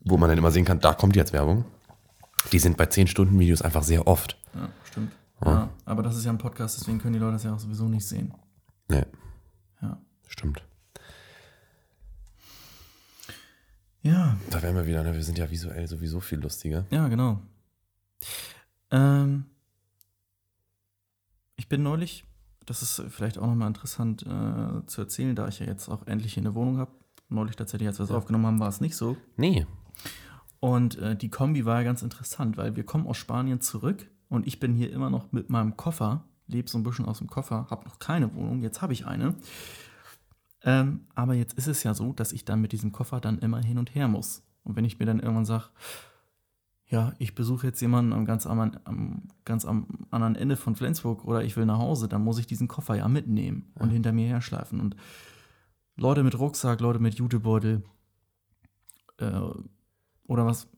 Speaker 2: wo man dann immer sehen kann, da kommt jetzt Werbung. Die sind bei 10-Stunden-Videos einfach sehr oft.
Speaker 1: Ja, stimmt. Ja, aber das ist ja ein Podcast, deswegen können die Leute das ja auch sowieso nicht sehen.
Speaker 2: Nee.
Speaker 1: Ja.
Speaker 2: Stimmt. wären wir wieder, ne? wir sind ja visuell sowieso viel lustiger.
Speaker 1: Ja, genau. Ähm, ich bin neulich, das ist vielleicht auch nochmal interessant äh, zu erzählen, da ich ja jetzt auch endlich hier eine Wohnung habe. Neulich tatsächlich, als wir es aufgenommen haben, war es nicht so.
Speaker 2: Nee.
Speaker 1: Und äh, die Kombi war ja ganz interessant, weil wir kommen aus Spanien zurück und ich bin hier immer noch mit meinem Koffer, lebe so ein bisschen aus dem Koffer, habe noch keine Wohnung, jetzt habe ich eine. Ähm, aber jetzt ist es ja so, dass ich dann mit diesem Koffer dann immer hin und her muss. Und wenn ich mir dann irgendwann sage, ja, ich besuche jetzt jemanden am ganz, am, am ganz am anderen Ende von Flensburg oder ich will nach Hause, dann muss ich diesen Koffer ja mitnehmen und hinter mir herschleifen. Und Leute mit Rucksack, Leute mit Jutebeutel äh, oder was,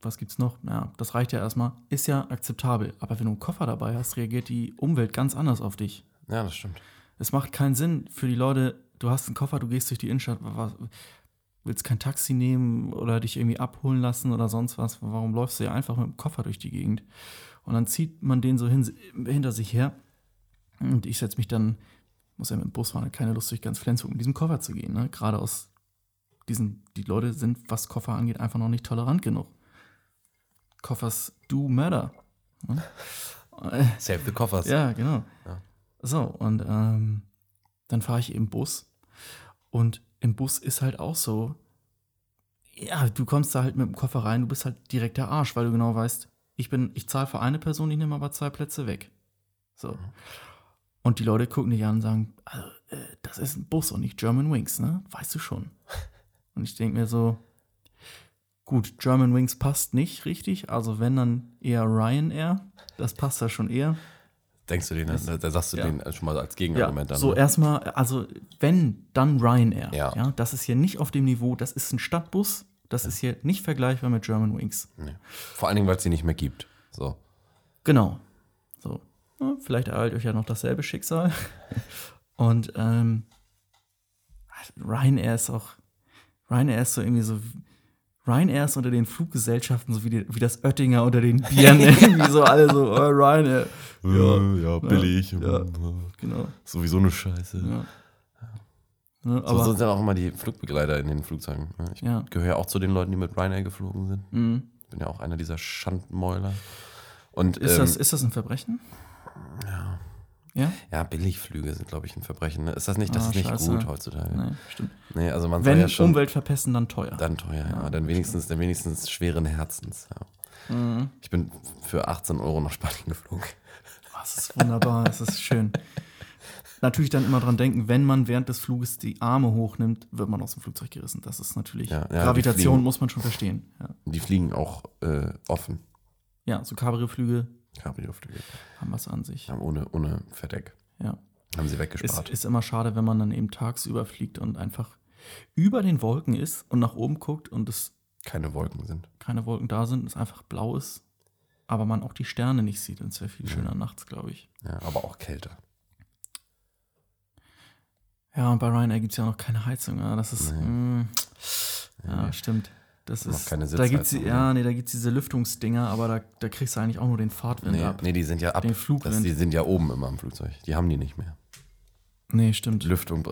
Speaker 1: was gibt's noch? Ja, das reicht ja erstmal. Ist ja akzeptabel. Aber wenn du einen Koffer dabei hast, reagiert die Umwelt ganz anders auf dich.
Speaker 2: Ja, das stimmt.
Speaker 1: Es macht keinen Sinn für die Leute, du hast einen Koffer, du gehst durch die Innenstadt, was, willst kein Taxi nehmen oder dich irgendwie abholen lassen oder sonst was. Warum läufst du ja einfach mit dem Koffer durch die Gegend? Und dann zieht man den so hin, hinter sich her. Und ich setze mich dann, muss ja mit dem Bus fahren, keine Lust durch ganz Flensburg mit diesem Koffer zu gehen. Ne? Gerade aus diesen, die Leute sind, was Koffer angeht, einfach noch nicht tolerant genug. Koffers do matter. Ne?
Speaker 2: Save the Coffers.
Speaker 1: Ja, genau.
Speaker 2: Ja.
Speaker 1: So, und ähm, dann fahre ich eben Bus. Und im Bus ist halt auch so, ja, du kommst da halt mit dem Koffer rein, du bist halt direkt der Arsch, weil du genau weißt, ich bin, ich zahle für eine Person, ich nehme aber zwei Plätze weg. So. Und die Leute gucken dich an und sagen, also, äh, das ist ein Bus und nicht German Wings, ne? Weißt du schon. Und ich denke mir so, gut, German Wings passt nicht richtig, also wenn dann eher Ryanair, das passt da schon eher.
Speaker 2: Denkst du den, ne? da sagst du
Speaker 1: Ja.
Speaker 2: den schon mal als
Speaker 1: Ja,
Speaker 2: Gegenargument dann.
Speaker 1: so
Speaker 2: ne?
Speaker 1: erstmal, also wenn, dann Ryanair.
Speaker 2: Ja.
Speaker 1: Ja. Das ist hier nicht auf dem Niveau, das ist ein Stadtbus, das ist hier nicht vergleichbar mit German Wings.
Speaker 2: nee. Vor allen Dingen, weil es sie nicht mehr gibt. So.
Speaker 1: Genau. So. Ja, vielleicht ereilt euch ja noch dasselbe Schicksal. Und ähm, Ryanair ist auch, Ryanair ist so irgendwie so, Ryanair ist unter den Fluggesellschaften so wie, die, wie das Oettinger unter den Bieren irgendwie so alle so, oh, Ryanair.
Speaker 2: Äh, ja,
Speaker 1: ja. Genau.
Speaker 2: Sowieso eine Scheiße.
Speaker 1: Ja. Ne,
Speaker 2: So
Speaker 1: aber,
Speaker 2: sind dann auch immer die Flugbegleiter in den Flugzeugen. ne? Ich
Speaker 1: Ja.
Speaker 2: gehöre ja auch zu den Leuten, die mit Ryanair geflogen sind.
Speaker 1: mh.
Speaker 2: Ich bin ja auch einer dieser Schandmäuler. Und
Speaker 1: Ist,
Speaker 2: ähm,
Speaker 1: das, ist das ein Verbrechen? Ja. Ja?
Speaker 2: ja, Billigflüge sind, glaube ich, ein Verbrechen. Ne? Ist das nicht, das
Speaker 1: Ah,
Speaker 2: ist nicht
Speaker 1: scheiße.
Speaker 2: gut heutzutage.
Speaker 1: Nein, stimmt.
Speaker 2: Nee, also man soll
Speaker 1: Wenn um
Speaker 2: ja schon
Speaker 1: Umwelt verpesten, dann teuer.
Speaker 2: dann teuer, ja. Dann wenigstens, dann wenigstens schweren Herzens. Ja.
Speaker 1: Mhm.
Speaker 2: Ich bin für 18 Euro nach Spanien geflogen.
Speaker 1: Oh, das ist wunderbar, das ist schön. Natürlich dann immer dran denken, wenn man während des Fluges die Arme hochnimmt, wird man aus dem Flugzeug gerissen. Das ist natürlich.
Speaker 2: Ja, ja, die
Speaker 1: Gravitation
Speaker 2: fliegen.
Speaker 1: muss man schon verstehen. Ja,
Speaker 2: Die fliegen auch äh, offen.
Speaker 1: ja so Cabrio-Flüge
Speaker 2: Cabrioflüge.
Speaker 1: haben was an sich.
Speaker 2: Haben ohne, ohne Verdeck.
Speaker 1: Ja.
Speaker 2: Haben sie
Speaker 1: Ist,
Speaker 2: weggespart.
Speaker 1: ist immer schade, wenn man dann eben tagsüber fliegt und einfach über den Wolken ist und nach oben guckt und es
Speaker 2: Keine Wolken sind.
Speaker 1: keine Wolken da sind, es einfach blau ist, aber man auch die Sterne nicht sieht. Und es wäre viel schöner nachts, glaube ich.
Speaker 2: Ja, aber auch kälter.
Speaker 1: Ja, und bei Ryanair gibt es ja noch keine Heizung. Ja. Das ist. mm, ja, stimmt. Das
Speaker 2: Und noch
Speaker 1: ist.
Speaker 2: keine
Speaker 1: da gibt's, die-
Speaker 2: Sitzheizung,
Speaker 1: ja, nee, da gibt es diese Lüftungsdinger, aber da, da kriegst du eigentlich auch nur den Fahrtwind
Speaker 2: Nee,
Speaker 1: ab. Nee.
Speaker 2: nee, die sind ja ab.
Speaker 1: Den Flugwind.
Speaker 2: Das, die sind ja oben immer im Flugzeug. Die haben die nicht mehr.
Speaker 1: stimmt.
Speaker 2: Lüftung.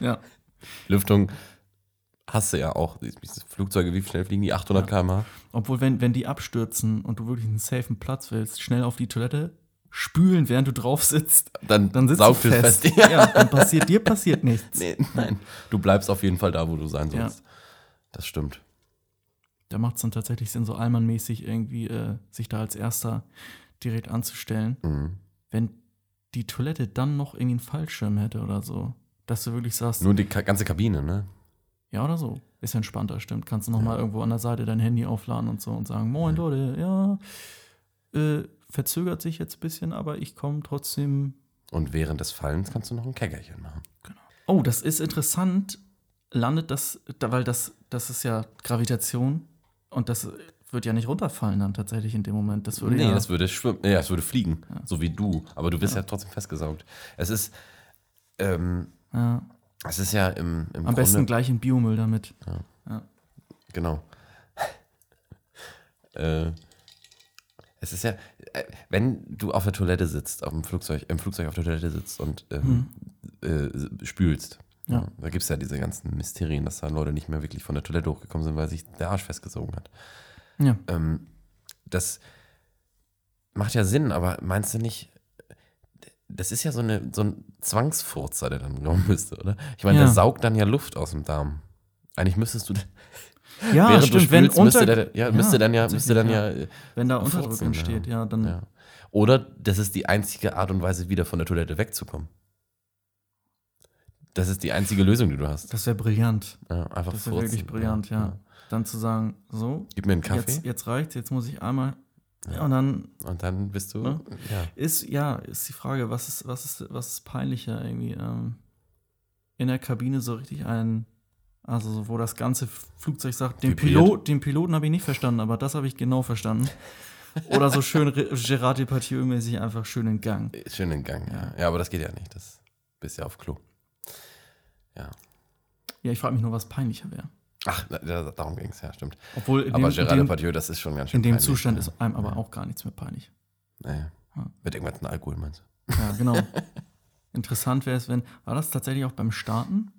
Speaker 1: Ja.
Speaker 2: Lüftung hast du ja auch. Die- Diese Flugzeuge, wie schnell fliegen die? 800 km/h?
Speaker 1: Obwohl, wenn, wenn die abstürzen und du wirklich einen safen Platz willst, schnell auf die Toilette spülen, während du drauf sitzt,
Speaker 2: Dann,
Speaker 1: dann sitzt
Speaker 2: saugt
Speaker 1: du
Speaker 2: es
Speaker 1: fest.
Speaker 2: fest.
Speaker 1: Ja, dann passiert dir passiert nichts.
Speaker 2: Nee, nein. Du bleibst auf jeden Fall da, wo du sein
Speaker 1: Ja.
Speaker 2: sollst. Das stimmt.
Speaker 1: Da macht es dann tatsächlich Sinn, so allmannmäßig irgendwie äh, sich da als Erster direkt anzustellen.
Speaker 2: Mhm.
Speaker 1: wenn die Toilette dann noch irgendwie einen Fallschirm hätte oder so, dass du wirklich sagst,
Speaker 2: Nur die ka ganze Kabine, ne?
Speaker 1: ja oder so, ist entspannter, stimmt. Kannst du nochmal mal irgendwo an der Seite dein Handy aufladen und so und sagen, moin Leute, ja, äh, verzögert sich jetzt ein bisschen, aber ich komme trotzdem.
Speaker 2: Und während des Fallens kannst du noch ein Käckerchen machen.
Speaker 1: Oh, das ist interessant. Landet das, da, weil das, das ist ja Gravitation und das wird ja nicht runterfallen dann tatsächlich in dem Moment. Das würde
Speaker 2: Nee,
Speaker 1: ja.
Speaker 2: das würde schwimmen. Ja, es würde fliegen, so wie du. Aber du bist ja, trotzdem festgesaugt. Es ist, ähm,
Speaker 1: ja.
Speaker 2: es ist ja im, im
Speaker 1: Am besten gleich in Biomüll damit.
Speaker 2: Genau. äh, es ist ja, äh, wenn du auf der Toilette sitzt, auf dem Flugzeug, im Flugzeug auf der Toilette sitzt und ähm, äh, spülst,
Speaker 1: Hm. Ja.
Speaker 2: Da gibt es ja diese ganzen Mysterien, dass da Leute nicht mehr wirklich von der Toilette hochgekommen sind, weil sich der Arsch festgezogen hat.
Speaker 1: Ja.
Speaker 2: Ähm, das macht ja Sinn, aber meinst du nicht, das ist ja so, eine, so ein Zwangsfurzer, der dann kommen müsste, oder? Ich meine,
Speaker 1: Ja.
Speaker 2: der saugt dann ja Luft aus dem Darm. Eigentlich müsstest du,
Speaker 1: Ja,
Speaker 2: während
Speaker 1: Ah, stimmt.
Speaker 2: du spülst,
Speaker 1: wenn,
Speaker 2: müsste,
Speaker 1: unter,
Speaker 2: der, ja, müsste
Speaker 1: Ja,
Speaker 2: dann ja, müsste dann ja, äh,
Speaker 1: wenn da Unterdruck
Speaker 2: Furzen,
Speaker 1: entsteht, ja, dann.
Speaker 2: ja. Oder das ist die einzige Art und Weise, wieder von der Toilette wegzukommen. Das ist die einzige Lösung, die du hast.
Speaker 1: Das wäre brillant.
Speaker 2: Ja, einfach
Speaker 1: Das wäre
Speaker 2: furzen.
Speaker 1: wirklich brillant, ja. Dann zu sagen, so,
Speaker 2: Gib mir einen Kaffee
Speaker 1: jetzt, jetzt reicht's, jetzt muss ich einmal.
Speaker 2: Ja.
Speaker 1: Und dann
Speaker 2: und dann bist du.
Speaker 1: Ne?
Speaker 2: Ja.
Speaker 1: Ist, ja, ist die Frage, was ist, was ist, was ist peinlicher irgendwie? Ähm, in der Kabine so richtig ein, also so, wo das ganze Flugzeug sagt, den,
Speaker 2: Vibriert.
Speaker 1: Pilot, den Piloten habe ich nicht verstanden, aber das habe ich genau verstanden. Oder so schön Re- Gerard Depardieu-mäßig einfach schön in Gang.
Speaker 2: Schön in Gang, ja. Ja, aber das geht ja nicht. Das bist ja auf Klo. Ja.
Speaker 1: Ja, ich frage mich nur, was peinlicher wäre.
Speaker 2: Ach, da- da, darum ging es, ja, stimmt.
Speaker 1: Obwohl in
Speaker 2: aber
Speaker 1: dem,
Speaker 2: Gerard
Speaker 1: in dem,
Speaker 2: Depardieu, das ist schon ganz schön.
Speaker 1: in dem
Speaker 2: peinlich,
Speaker 1: Zustand
Speaker 2: ja.
Speaker 1: ist einem aber auch gar nichts mehr peinlich.
Speaker 2: Nee.
Speaker 1: Ja.
Speaker 2: Mit irgendwas mit Alkohol, meinst du?
Speaker 1: Ja, genau. Interessant wäre es, wenn, war das tatsächlich auch beim Starten?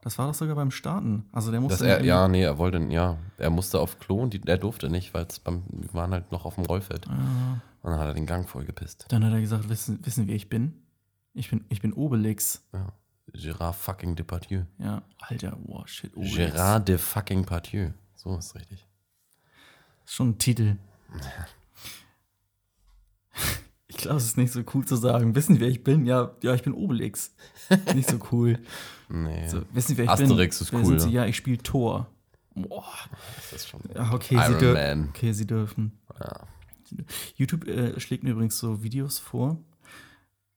Speaker 1: Das war doch sogar beim Starten. Also der musste
Speaker 2: Dass er,
Speaker 1: im-
Speaker 2: ja, nee, er wollte, ja. Er musste auf Klo und die, er durfte nicht, weil es beim- wir waren halt noch auf dem Rollfeld.
Speaker 1: Ah.
Speaker 2: Und dann hat er den Gang vollgepisst.
Speaker 1: Dann hat er gesagt, wissen, wissen wir, ich bin? Ich bin, ich bin Obelix.
Speaker 2: Ja. Gerard fucking Depardieu.
Speaker 1: Ja, alter, wow,
Speaker 2: Oh,
Speaker 1: shit, Obelix.
Speaker 2: Gerard de fucking Partieu. So ist richtig.
Speaker 1: Schon ein Titel. Ich glaube, es ist nicht so cool zu sagen, wissen wir, ich bin? Ja, ja, ich bin Obelix. Nicht so cool.
Speaker 2: Nee.
Speaker 1: So, wissen wir, ich
Speaker 2: Asterix
Speaker 1: bin?
Speaker 2: ist
Speaker 1: Wer
Speaker 2: cool,
Speaker 1: Sind sie?
Speaker 2: ne?
Speaker 1: Ja, ich spiele Tor. Boah.
Speaker 2: Das ist schon.
Speaker 1: Ja, Ah, okay, sie
Speaker 2: Iron
Speaker 1: dürfen.
Speaker 2: Man.
Speaker 1: Okay, sie dürfen.
Speaker 2: Ja.
Speaker 1: YouTube äh, schlägt mir übrigens so Videos vor.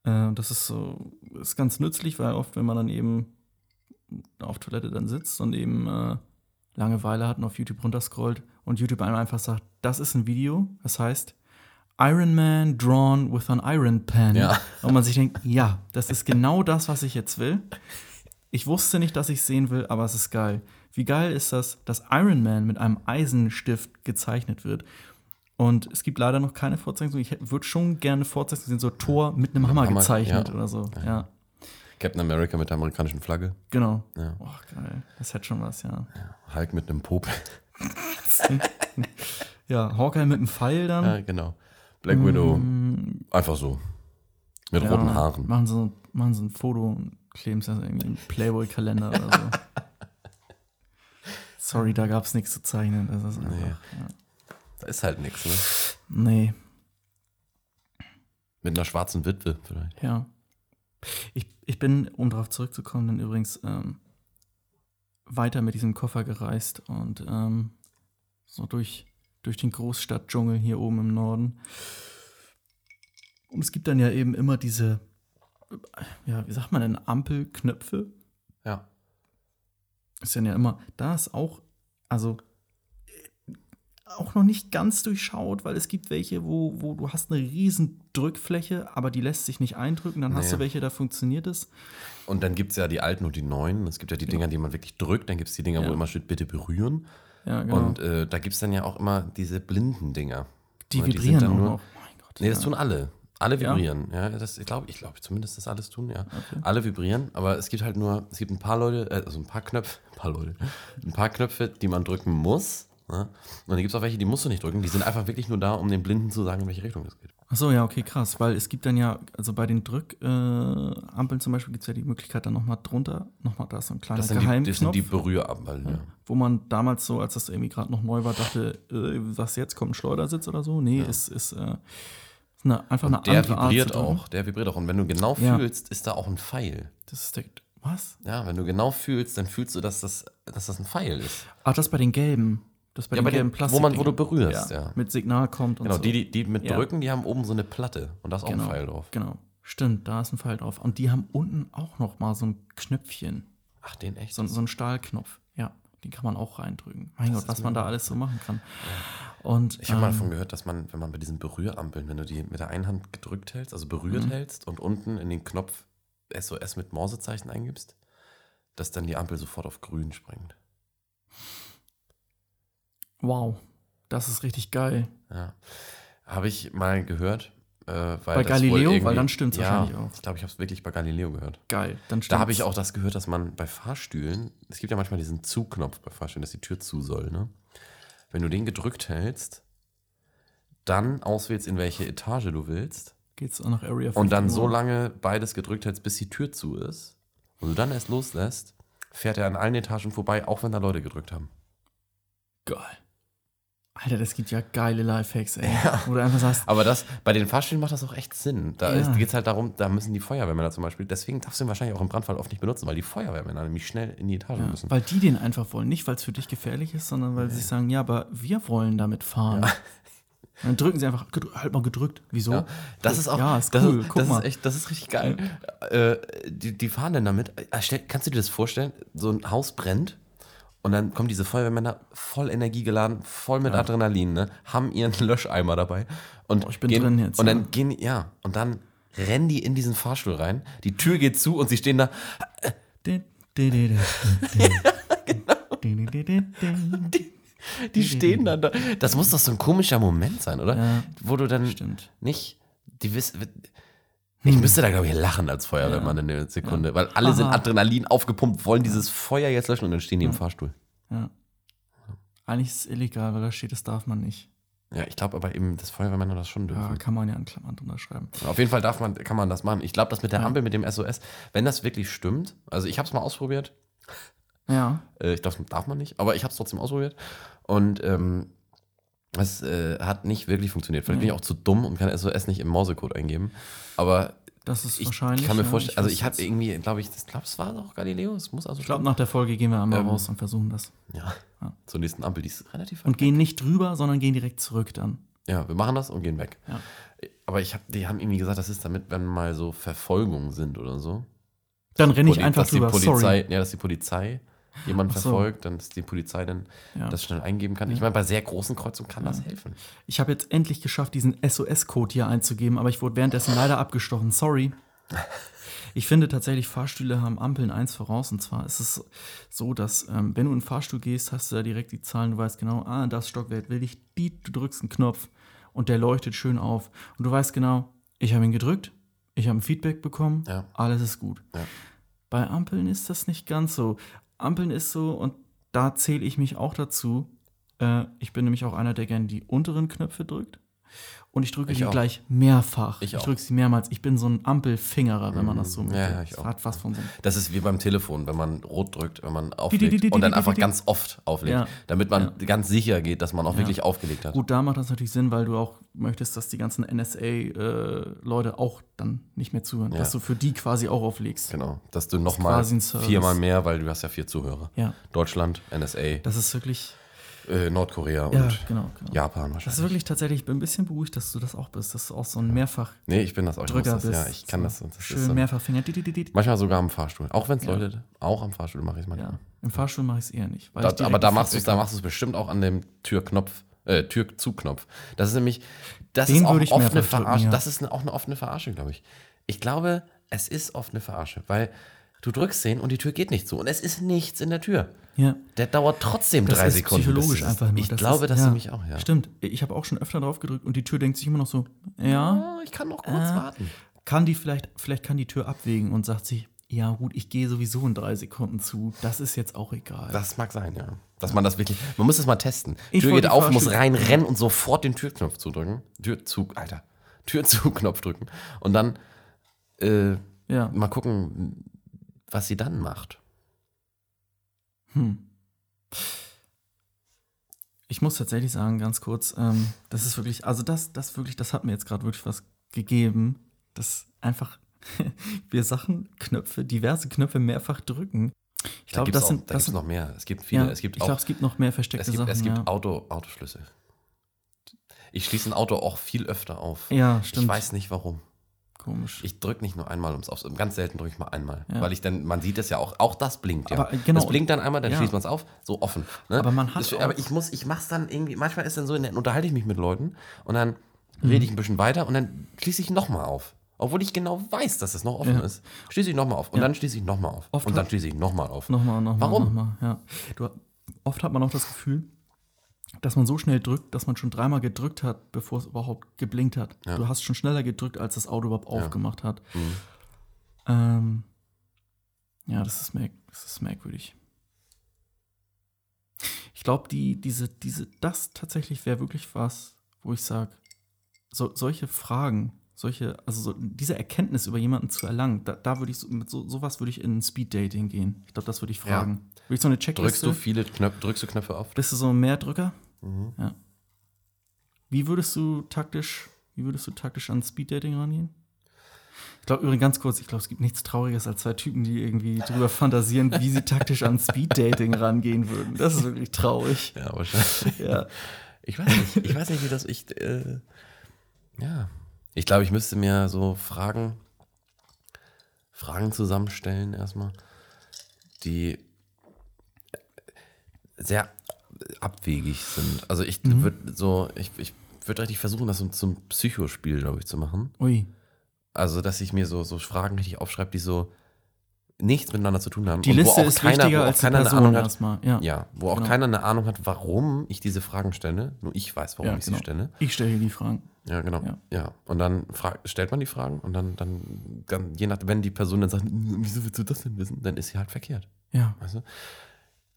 Speaker 1: Äh, das ist so, ist ganz nützlich, weil oft, wenn man dann eben auf Toilette dann sitzt und eben äh, Langeweile hat und auf YouTube runterscrollt und YouTube einem einfach sagt, das ist ein Video, das heißt Iron Man drawn with an Iron Pen.
Speaker 2: Ja.
Speaker 1: Und man sich denkt, ja, das ist genau das, was ich jetzt will. Ich wusste nicht, dass ich sehen will, aber es ist geil. Wie geil ist das, dass Iron Man mit einem Eisenstift gezeichnet wird? Und es gibt leider noch keine Fortsetzung. Ich würde schon gerne Fortsetzungen sehen, so Thor mit einem Hammer,
Speaker 2: Hammer,
Speaker 1: gezeichnet
Speaker 2: ja.
Speaker 1: oder so. Ja,
Speaker 2: Captain America mit der amerikanischen Flagge.
Speaker 1: genau.
Speaker 2: Ja.
Speaker 1: Oh, geil. Das hätte schon was, ja.
Speaker 2: Hulk mit einem Popel.
Speaker 1: Ja, Hawkeye mit einem Pfeil dann.
Speaker 2: Ja, genau. Black Widow. Einfach so. Mit
Speaker 1: Mm. Ja,
Speaker 2: roten Haaren.
Speaker 1: Machen sie, machen sie ein Foto und kleben es dann irgendwie in den Playboy-Kalender oder so. Sorry, da gab es nichts zu zeichnen. Das ist einfach,
Speaker 2: Nee.
Speaker 1: nee. Ja.
Speaker 2: Da ist halt nichts, ne?
Speaker 1: nee,
Speaker 2: Mit einer schwarzen Witwe vielleicht.
Speaker 1: ja. Ich, ich bin, um darauf zurückzukommen, dann übrigens ähm, weiter mit diesem Koffer gereist und ähm, so durch, durch den Großstadtdschungel hier oben im Norden. Und es gibt dann ja eben immer diese, ja, wie sagt man denn, Ampelknöpfe,
Speaker 2: Ja.
Speaker 1: ist dann ja immer, da ist auch, also äh, auch noch nicht ganz durchschaut, weil es gibt welche, wo, wo du hast eine riesen Drückfläche, aber die lässt sich nicht eindrücken. Dann hast
Speaker 2: Nee.
Speaker 1: du welche, da funktioniert es.
Speaker 2: Und dann gibt es ja die alten und die neuen. Es gibt ja die Dinger, die man wirklich drückt. Dann gibt es die Dinger,
Speaker 1: Ja.
Speaker 2: wo immer steht, bitte berühren.
Speaker 1: Ja, genau.
Speaker 2: Und äh, da gibt es dann ja auch immer diese blinden Dinger.
Speaker 1: die
Speaker 2: Weil
Speaker 1: vibrieren
Speaker 2: dann
Speaker 1: auch
Speaker 2: nur-
Speaker 1: noch. Oh Mein Gott,
Speaker 2: Nee, das
Speaker 1: ja.
Speaker 2: tun alle. Alle
Speaker 1: Ja?
Speaker 2: vibrieren. Ja, das, ich glaube, ich glaube zumindest, dass alles tun, ja. Alle vibrieren, aber es gibt halt nur, es gibt ein paar Leute, äh, also ein paar Knöpfe, ein paar Leute, ein paar Knöpfe, die man drücken muss. Ne? Und dann gibt es auch welche, die musst du nicht drücken. Die sind einfach wirklich nur da, um den Blinden zu sagen, in welche Richtung es geht.
Speaker 1: Ach so, ja, okay, krass, weil es gibt dann ja, also bei den Drückampeln äh, Ampeln zum Beispiel gibt es ja die Möglichkeit, dann nochmal drunter, nochmal da ist so ein kleiner
Speaker 2: Das sind, die, das sind
Speaker 1: Geheimknopf,
Speaker 2: die Berührabball, ja.
Speaker 1: wo man damals so, als das irgendwie gerade noch neu war, dachte, äh, was jetzt, kommt ein Schleudersitz oder so? Nee, ist, ist, äh, ist eine, einfach eine andere
Speaker 2: Der
Speaker 1: Art zu
Speaker 2: vibriert
Speaker 1: drücken.
Speaker 2: auch, der vibriert auch. Und wenn du genau
Speaker 1: Ja.
Speaker 2: fühlst, ist da auch ein Pfeil.
Speaker 1: Das ist der. Was?
Speaker 2: Ja, wenn du genau fühlst, dann fühlst du, dass das, dass das ein Pfeil ist.
Speaker 1: Ah, das bei den gelben. Das bei
Speaker 2: Ja,
Speaker 1: den
Speaker 2: bei den-
Speaker 1: gelben
Speaker 2: wo man- wo du
Speaker 1: Plastikdingern.
Speaker 2: berührst, ja.
Speaker 1: Mit Signal kommt und
Speaker 2: Genau,
Speaker 1: so.
Speaker 2: die, die, die mit
Speaker 1: Ja.
Speaker 2: drücken, die haben oben so eine Platte und da ist auch
Speaker 1: genau,
Speaker 2: ein Pfeil drauf.
Speaker 1: Genau. Stimmt, da ist ein Pfeil drauf. Und die haben unten auch noch mal so ein Knöpfchen.
Speaker 2: Ach, den echt?
Speaker 1: So, ein- so ein Stahlknopf. Ja, den kann man auch reindrücken. Mein Gott,
Speaker 2: ist
Speaker 1: was man da alles so machen kann. Und
Speaker 2: Ich habe mal
Speaker 1: ähm,
Speaker 2: davon gehört, dass man, wenn man bei diesen Berührampeln, wenn du die mit der einen Hand gedrückt hältst, also berührt
Speaker 1: Mhm.
Speaker 2: hältst und unten in den Knopf SOS mit Morsezeichen eingibst, dass dann die Ampel sofort auf grün springt.
Speaker 1: wow, das ist richtig geil.
Speaker 2: Ja. Habe ich mal gehört, Äh,
Speaker 1: Bei
Speaker 2: weil das wohl
Speaker 1: Galileo? Weil
Speaker 2: irgendwie-
Speaker 1: dann stimmt's
Speaker 2: ja,
Speaker 1: wahrscheinlich auch.
Speaker 2: Ich glaube, ich habe es wirklich bei Galileo gehört.
Speaker 1: Geil. Dann
Speaker 2: Da
Speaker 1: stimmt's.
Speaker 2: habe ich auch das gehört, dass man bei Fahrstühlen, es gibt ja manchmal diesen Zugknopf bei Fahrstühlen, dass die Tür zu soll, ne? Wenn du den gedrückt hältst, dann auswählst, in welche Etage du willst
Speaker 1: Geht's auch nach Area 51?
Speaker 2: und dann so lange beides gedrückt hältst, bis die Tür zu ist und du dann erst loslässt, fährt er an allen Etagen vorbei, auch wenn da Leute gedrückt haben.
Speaker 1: Geil. Alter, das gibt ja geile Lifehacks, ey. Wo du einfach sagst,
Speaker 2: Aber das, bei den Fahrstühlen macht das auch echt Sinn. Da
Speaker 1: Ja.
Speaker 2: geht es halt darum, da müssen die Feuerwehrmänner zum Beispiel, deswegen darfst du ihn wahrscheinlich auch im Brandfall oft nicht benutzen, weil die Feuerwehrmänner nämlich schnell in die Etage
Speaker 1: ja,
Speaker 2: müssen.
Speaker 1: weil die den einfach wollen. Nicht, weil es für dich gefährlich ist, sondern weil sie sagen, ja, aber wir wollen damit fahren. Dann drücken sie einfach, gedr- halt mal gedrückt. Wieso?
Speaker 2: Ja, das ist auch,
Speaker 1: Ja, ist
Speaker 2: das,
Speaker 1: cool.
Speaker 2: ist,
Speaker 1: Guck
Speaker 2: das
Speaker 1: mal.
Speaker 2: ist echt, das ist richtig geil. Äh, die, die fahren dann damit. Äh, stell, kannst du dir das vorstellen? So ein Haus brennt und dann kommen diese Feuerwehrmänner voll energiegeladen, voll mit Adrenalin, ne? haben ihren Löscheimer dabei und
Speaker 1: Oh, ich bin
Speaker 2: gehen,
Speaker 1: drin jetzt,
Speaker 2: Und
Speaker 1: ja.
Speaker 2: dann gehen, ja, und dann rennen die in diesen Fahrstuhl rein. Die Tür geht zu und sie stehen da.
Speaker 1: Din, din, din, din, din.
Speaker 2: genau.
Speaker 1: Din, din, din, din, din.
Speaker 2: Die stehen dann da. Das muss doch so ein komischer Moment sein, oder?
Speaker 1: Ja,
Speaker 2: Wo du dann
Speaker 1: stimmt.
Speaker 2: nicht, die wissen. Ich müsste da, glaube ich, lachen als Feuerwehrmann in der Sekunde, weil alle sind
Speaker 1: Hm. Aha.
Speaker 2: Adrenalin aufgepumpt, wollen dieses Feuer jetzt löschen und dann stehen die im Fahrstuhl.
Speaker 1: Ja. Eigentlich ist es illegal, weil da steht, das darf man nicht.
Speaker 2: Ja, ich glaube aber eben, das Feuerwehrmänner das schon
Speaker 1: Ja,
Speaker 2: dürfen.
Speaker 1: kann man ja anklammern drunter schreiben.
Speaker 2: Auf jeden Fall darf man, kann man das machen. Ich glaube, das mit der Ampel, mit dem SOS, wenn das wirklich stimmt, also ich habe es mal ausprobiert,
Speaker 1: Ja.
Speaker 2: Äh, Ich glaube, das darf man nicht, aber ich habe es trotzdem ausprobiert. Und ähm, es äh, hat nicht wirklich funktioniert. Vielleicht bin ich auch zu dumm und kann SOS nicht im Morsecode eingeben. Aber
Speaker 1: Das ist
Speaker 2: ich
Speaker 1: wahrscheinlich.
Speaker 2: kann mir
Speaker 1: ja,
Speaker 2: vorstellen,
Speaker 1: ich
Speaker 2: also
Speaker 1: weiß
Speaker 2: ich habe
Speaker 1: jetzt.
Speaker 2: irgendwie, glaube ich, das glaube, es war auch Galileo. Es muss also
Speaker 1: Ich glaube, nach der Folge gehen wir
Speaker 2: Ähm.
Speaker 1: einmal raus und versuchen das.
Speaker 2: Ja.
Speaker 1: Ja.
Speaker 2: Zur nächsten Ampel, die ist relativ
Speaker 1: Und gehen nicht drüber, sondern gehen direkt zurück dann.
Speaker 2: Ja, wir machen das und gehen weg.
Speaker 1: Ja.
Speaker 2: Aber ich hab, die haben irgendwie gesagt, das ist damit, wenn mal so Verfolgungen sind oder so.
Speaker 1: Dann renne ich
Speaker 2: Poli-
Speaker 1: einfach
Speaker 2: dass die
Speaker 1: drüber.
Speaker 2: Polizei,
Speaker 1: Sorry.
Speaker 2: Ja, dass die Polizei jemanden
Speaker 1: Ach so.
Speaker 2: verfolgt, dann dass die Polizei dann
Speaker 1: Ja.
Speaker 2: das schnell eingeben kann. Ich meine, bei sehr großen Kreuzungen kann das helfen.
Speaker 1: Ich habe jetzt endlich geschafft, diesen SOS-Code hier einzugeben, aber ich wurde währenddessen leider abgestochen. Sorry. Ich finde tatsächlich, Fahrstühle haben Ampeln eins voraus. Und zwar ist es so, dass, ähm, wenn du in den Fahrstuhl gehst, hast du da direkt die Zahlen. Du weißt genau, ah, das Stockwerk will ich, die, du drückst einen Knopf und der leuchtet schön auf. Und du weißt genau, ich habe ihn gedrückt, ich habe ein Feedback bekommen,
Speaker 2: Ja.
Speaker 1: alles ist gut.
Speaker 2: Ja.
Speaker 1: Bei Ampeln ist das nicht ganz so. Ampeln ist so, und da zähle ich mich auch dazu. Äh, ich bin nämlich auch einer, der gerne die unteren Knöpfe drückt. Und ich drücke
Speaker 2: Ich
Speaker 1: die
Speaker 2: auch.
Speaker 1: gleich mehrfach.
Speaker 2: Ich auch.
Speaker 1: drücke sie mehrmals. Ich bin so ein Ampelfingerer, wenn man das so
Speaker 2: Mhm. Ja, ja, ich
Speaker 1: Das
Speaker 2: auch.
Speaker 1: Hat was von so einem
Speaker 2: Das ist wie beim Telefon, wenn man rot drückt, wenn man
Speaker 1: die, die,
Speaker 2: auflegt und dann
Speaker 1: die,
Speaker 2: einfach
Speaker 1: die, die.
Speaker 2: ganz oft auflegt,
Speaker 1: Ja.
Speaker 2: damit man ganz sicher geht, dass man auch wirklich aufgelegt hat.
Speaker 1: Gut, da macht das natürlich Sinn, weil du auch möchtest, dass die ganzen NSA-Leute äh, auch dann nicht mehr zuhören,
Speaker 2: Ja.
Speaker 1: dass du für die quasi auch auflegst.
Speaker 2: Genau, dass du nochmal
Speaker 1: quasi ein Service.
Speaker 2: viermal mehr, weil du hast ja vier Zuhörer.
Speaker 1: Ja,
Speaker 2: Deutschland, NSA,
Speaker 1: das ist wirklich.
Speaker 2: äh, Nordkorea
Speaker 1: Ja,
Speaker 2: und
Speaker 1: genau, genau.
Speaker 2: Japan
Speaker 1: Das
Speaker 2: wahrscheinlich.
Speaker 1: ist wirklich tatsächlich, ich bin ein bisschen beruhigt, dass du das auch bist, dass du auch so ein Mehrfachdrücker
Speaker 2: nee, ich bin das auch. Ich muss das,
Speaker 1: bist.
Speaker 2: ja, ich kann das. das ist
Speaker 1: schön
Speaker 2: so-
Speaker 1: Mehrfachfinger. di- di- di- di-
Speaker 2: Manchmal sogar am Fahrstuhl. Auch wenn es Leute, auch am Fahrstuhl mache ich es manchmal.
Speaker 1: Ja, im Fahrstuhl mache ich es eher nicht. weil ich
Speaker 2: Da,
Speaker 1: direkt
Speaker 2: aber da
Speaker 1: ein
Speaker 2: machst du es,
Speaker 1: Feedback
Speaker 2: da machst du es bestimmt auch an dem Türknopf, äh, Türzugknopf. Das ist nämlich, das
Speaker 1: Den
Speaker 2: ist auch
Speaker 1: würde ich
Speaker 2: oft
Speaker 1: mehrfach
Speaker 2: eine
Speaker 1: drücken,
Speaker 2: Verarsche.
Speaker 1: ja.
Speaker 2: Das ist eine, auch eine offene Verarsche, glaube ich. Ich glaube, es ist oft eine Verarsche, weil du drückst den und die Tür geht nicht zu und es ist nichts in der Tür.
Speaker 1: habe. Ja.
Speaker 2: Der dauert trotzdem
Speaker 1: Das
Speaker 2: drei
Speaker 1: ist
Speaker 2: Sekunden. bis
Speaker 1: psychologisch
Speaker 2: es-
Speaker 1: einfach nur.
Speaker 2: Ich glaube, das
Speaker 1: ja.
Speaker 2: nämlich auch, ja.
Speaker 1: Stimmt. Ich habe auch schon öfter drauf gedrückt und die Tür denkt sich immer noch so, ja,
Speaker 2: Oh, ich kann noch kurz
Speaker 1: Äh.
Speaker 2: warten.
Speaker 1: kann die vielleicht, vielleicht kann die Tür abwägen und sagt sich, ja gut, ich gehe sowieso in drei Sekunden zu. Das ist jetzt auch egal.
Speaker 2: Das mag sein, ja. Dass man das wirklich, man muss das mal testen.
Speaker 1: Ich
Speaker 2: Tür
Speaker 1: wollte
Speaker 2: geht
Speaker 1: die
Speaker 2: auf, muss
Speaker 1: Fahrstuhl-
Speaker 2: rein, rennen und sofort den Türknopf zudrücken. Türzug, Alter. Türzugknopf drücken. Und dann, äh,
Speaker 1: ja.
Speaker 2: mal gucken, was sie dann macht.
Speaker 1: Hm. Ich muss tatsächlich sagen, ganz kurz, ähm, das ist wirklich, also das, das wirklich, das hat mir jetzt gerade wirklich was gegeben, dass einfach wir Sachen, Knöpfe, diverse Knöpfe mehrfach drücken. Ich glaube,
Speaker 2: gibt's
Speaker 1: das
Speaker 2: auch,
Speaker 1: sind, das
Speaker 2: da gibt's
Speaker 1: sind
Speaker 2: noch mehr. Es gibt viele.
Speaker 1: ja,
Speaker 2: es gibt
Speaker 1: ich
Speaker 2: auch
Speaker 1: glaube, es gibt noch mehr versteckte
Speaker 2: es gibt,
Speaker 1: Sachen.
Speaker 2: es gibt
Speaker 1: ja.
Speaker 2: Auto, Autoschlüssel. Ich schließe ein Auto auch viel öfter auf.
Speaker 1: ja,
Speaker 2: ich
Speaker 1: stimmt.
Speaker 2: weiß nicht warum.
Speaker 1: Komisch.
Speaker 2: Ich drücke nicht nur einmal ums Auf. Ganz selten drücke ich mal einmal.
Speaker 1: Ja.
Speaker 2: Weil ich dann, man sieht das ja auch. Auch das blinkt ja.
Speaker 1: Aber, äh, genau.
Speaker 2: Das blinkt dann einmal, dann
Speaker 1: Ja.
Speaker 2: schließt man es auf. So offen. Ne?
Speaker 1: Aber man hat
Speaker 2: Das-
Speaker 1: auch-
Speaker 2: aber ich muss, ich mach's dann irgendwie. Manchmal ist dann so, dann unterhalte ich mich mit Leuten und dann
Speaker 1: Mhm.
Speaker 2: rede ich ein bisschen weiter und dann schließe ich nochmal auf. Obwohl ich genau weiß, dass es noch offen
Speaker 1: Ja.
Speaker 2: ist. Schließe ich nochmal auf. Und dann schließe ich nochmal auf.
Speaker 1: Oft
Speaker 2: und dann
Speaker 1: hat-
Speaker 2: schließe ich nochmal auf.
Speaker 1: Nochmal, nochmal.
Speaker 2: Warum?
Speaker 1: Nochmal, ja. du, oft hat man auch das Gefühl, dass man so schnell drückt, dass man schon dreimal gedrückt hat, bevor es überhaupt geblinkt hat.
Speaker 2: Ja.
Speaker 1: Du hast schon schneller gedrückt, als das Auto überhaupt
Speaker 2: Ja.
Speaker 1: aufgemacht hat.
Speaker 2: Mhm.
Speaker 1: Ähm, ja, das ist, merk das ist merkwürdig. Ich glaube, die, diese, diese, das tatsächlich wäre wirklich was, wo ich sage, so, solche Fragen, solche, also so, diese Erkenntnis über jemanden zu erlangen, da, da würde ich so, mit so, sowas würde ich in Speed Dating gehen. Ich glaube, das würde ich
Speaker 2: Ja.
Speaker 1: fragen. Würde ich so eine
Speaker 2: Drückst
Speaker 1: Checkliste?
Speaker 2: du viele Knöpfe, drückst du Knöpfe auf?
Speaker 1: Bist du so ein Mehrdrücker?
Speaker 2: Mhm.
Speaker 1: Ja. Wie würdest du taktisch, wie würdest du taktisch an Speeddating rangehen? Ich glaube übrigens ganz kurz, ich glaube, es gibt nichts Trauriges als zwei Typen, die irgendwie drüber fantasieren, wie sie taktisch an Speeddating rangehen würden. Das ist wirklich traurig.
Speaker 2: Ja, wahrscheinlich.
Speaker 1: Ja.
Speaker 2: Ich weiß nicht, ich weiß nicht, wie das ich. Äh, ja, ich glaube, ich müsste mir so Fragen, Fragen zusammenstellen erstmal, die sehr abwegig sind. Also ich
Speaker 1: Mhm.
Speaker 2: würde so, ich, ich würde richtig versuchen, das so zum Psychospiel, glaube ich, zu machen.
Speaker 1: Ui.
Speaker 2: Also dass ich mir so, so Fragen richtig aufschreibe, die so nichts miteinander zu tun haben.
Speaker 1: Die
Speaker 2: und wo
Speaker 1: Liste
Speaker 2: auch
Speaker 1: ist
Speaker 2: keiner-
Speaker 1: wichtiger
Speaker 2: wo auch
Speaker 1: als die
Speaker 2: keiner eine
Speaker 1: Person
Speaker 2: Ahnung hat,
Speaker 1: erstmal. Ja.
Speaker 2: ja, wo auch
Speaker 1: Genau.
Speaker 2: keiner eine Ahnung hat, warum ich diese Fragen stelle. Nur ich weiß, warum
Speaker 1: Ja,
Speaker 2: ich
Speaker 1: genau.
Speaker 2: sie stelle.
Speaker 1: Ich stelle dir die Fragen.
Speaker 2: Ja, genau.
Speaker 1: Ja.
Speaker 2: Ja. Und dann fra- stellt man die Fragen und dann, dann, dann, je nach, wenn die Person dann sagt, "Mm, wieso willst du das denn wissen, dann ist sie halt verkehrt.
Speaker 1: Ja.
Speaker 2: Weißt du?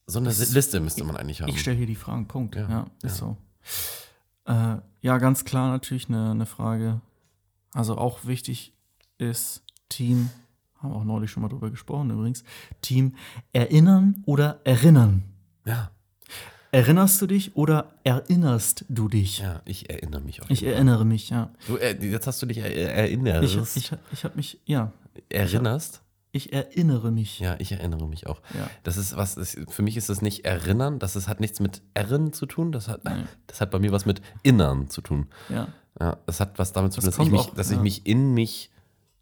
Speaker 2: So eine
Speaker 1: Das-
Speaker 2: Liste müsste man eigentlich haben.
Speaker 1: Ich stelle hier die Fragen, Punkt. Ja,
Speaker 2: Ja,
Speaker 1: ist so.
Speaker 2: ja.
Speaker 1: Äh, ja, ganz klar natürlich eine, eine Frage. Also auch wichtig ist Team, haben wir auch neulich schon mal drüber gesprochen übrigens, Team erinnern oder erinnern.
Speaker 2: ja,
Speaker 1: Erinnerst du dich oder erinnerst du dich?
Speaker 2: ja, ich erinnere mich auch.
Speaker 1: Ich äh, erinnere mich, ja.
Speaker 2: du, äh, jetzt hast du dich er, er- erinnerst.
Speaker 1: Ich, ich, ich habe mich, ja,
Speaker 2: erinnerst?
Speaker 1: ich erinnere mich.
Speaker 2: Ja, ich erinnere mich auch.
Speaker 1: Ja.
Speaker 2: Das ist was, das, für mich ist das nicht erinnern, das ist, hat nichts mit Erren zu tun, das hat,
Speaker 1: Nee.
Speaker 2: das hat bei mir was mit Innern zu tun.
Speaker 1: ja.
Speaker 2: Ja, das hat was damit zu
Speaker 1: Das
Speaker 2: tun, dass,
Speaker 1: kommt
Speaker 2: ich mich,
Speaker 1: auch,
Speaker 2: dass
Speaker 1: ja.
Speaker 2: ich mich in mich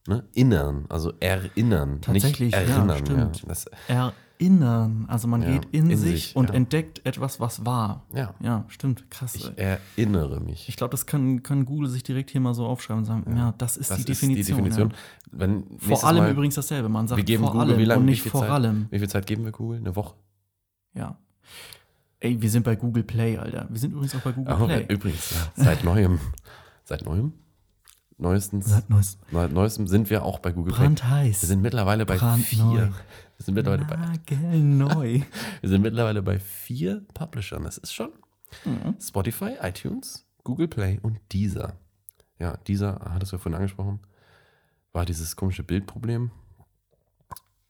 Speaker 2: ne, innern, also erinnern,
Speaker 1: Tatsächlich,
Speaker 2: nicht
Speaker 1: ja,
Speaker 2: erinnern.
Speaker 1: stimmt.
Speaker 2: Das,
Speaker 1: Erinnern. Also man
Speaker 2: Ja,
Speaker 1: geht in,
Speaker 2: in
Speaker 1: sich,
Speaker 2: sich,
Speaker 1: und
Speaker 2: ja.
Speaker 1: entdeckt etwas, was war.
Speaker 2: ja,
Speaker 1: Ja, stimmt. Krass. ey.
Speaker 2: ich erinnere mich.
Speaker 1: Ich glaube, das kann, kann Google sich direkt hier mal so aufschreiben und sagen, ja, das ist die
Speaker 2: ist
Speaker 1: Definition. Ja.
Speaker 2: Wenn nächstes
Speaker 1: Vor allem
Speaker 2: Mal,
Speaker 1: übrigens dasselbe. Man sagt
Speaker 2: wir geben
Speaker 1: vor
Speaker 2: Google
Speaker 1: allem
Speaker 2: wie lange,
Speaker 1: und
Speaker 2: wie
Speaker 1: nicht
Speaker 2: viel
Speaker 1: vor
Speaker 2: Zeit?
Speaker 1: allem.
Speaker 2: wie viel Zeit geben wir Google? Eine Woche?
Speaker 1: Ja. Ey, wir sind bei Google Play, Alter. Wir sind übrigens auch bei Google
Speaker 2: Ah,
Speaker 1: Play.
Speaker 2: übrigens, ja, seit neuem. seit neuem? Neuestens,
Speaker 1: Seit neuestem.
Speaker 2: seit neuestem sind wir auch bei Google Play.
Speaker 1: Brandheiß.
Speaker 2: Wir sind mittlerweile bei
Speaker 1: Brandneu.
Speaker 2: vier. Wir sind mittlerweile bei
Speaker 1: nagelneu.
Speaker 2: Wir sind mittlerweile bei vier Publishern. Das ist schon
Speaker 1: Mhm.
Speaker 2: Spotify, iTunes, Google Play und Deezer. Ja, Deezer, ah, hattest du ja vorhin angesprochen, war dieses komische Bildproblem.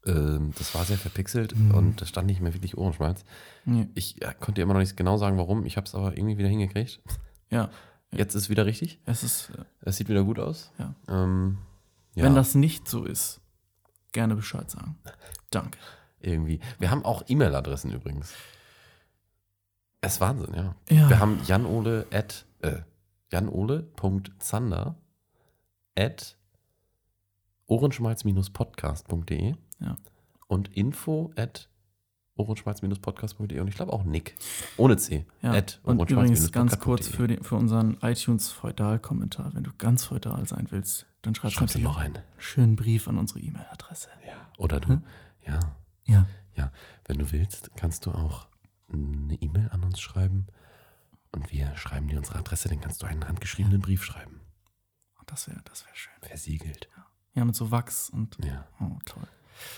Speaker 2: Ähm, das war sehr verpixelt
Speaker 1: Mhm.
Speaker 2: und das stand nicht mehr wirklich Ohrenschmalz.
Speaker 1: nee.
Speaker 2: Ich äh, konnte dir immer noch nicht genau sagen, warum. Ich habe es aber irgendwie wieder hingekriegt.
Speaker 1: Ja,
Speaker 2: Jetzt ist wieder richtig.
Speaker 1: es ist, äh,
Speaker 2: Es sieht wieder gut aus.
Speaker 1: Ja.
Speaker 2: Ähm, ja,
Speaker 1: wenn das nicht so ist, gerne Bescheid sagen. Danke.
Speaker 2: irgendwie. Wir haben auch E-Mail-Adressen übrigens. Es ist Wahnsinn, ja.
Speaker 1: Ja.
Speaker 2: Wir haben janole at, äh, janole.zander at ohrenschmalz-podcast.de
Speaker 1: Ja.
Speaker 2: und info at ohrenschmalz-podcast.de und ich glaube auch Nick. Ohne C.
Speaker 1: Ja.
Speaker 2: At
Speaker 1: Und übrigens ganz
Speaker 2: ohrenschmalz-podcast.de.
Speaker 1: kurz für, den, für unseren iTunes-Feudal-Kommentar. Wenn du ganz feudal sein willst, dann schreibst
Speaker 2: Schreibst du
Speaker 1: natürlich
Speaker 2: noch ein.
Speaker 1: schönen Brief an unsere E-Mail-Adresse.
Speaker 2: Oder du.
Speaker 1: Hm?
Speaker 2: Ja.
Speaker 1: Ja.
Speaker 2: Ja. Wenn du willst, kannst du auch eine E-Mail an uns schreiben und wir schreiben dir unsere Adresse, dann kannst du einen handgeschriebenen Brief schreiben.
Speaker 1: Das wäre das wär schön.
Speaker 2: Versiegelt.
Speaker 1: Ja, mit so Wachs und.
Speaker 2: Ja.
Speaker 1: Oh, toll.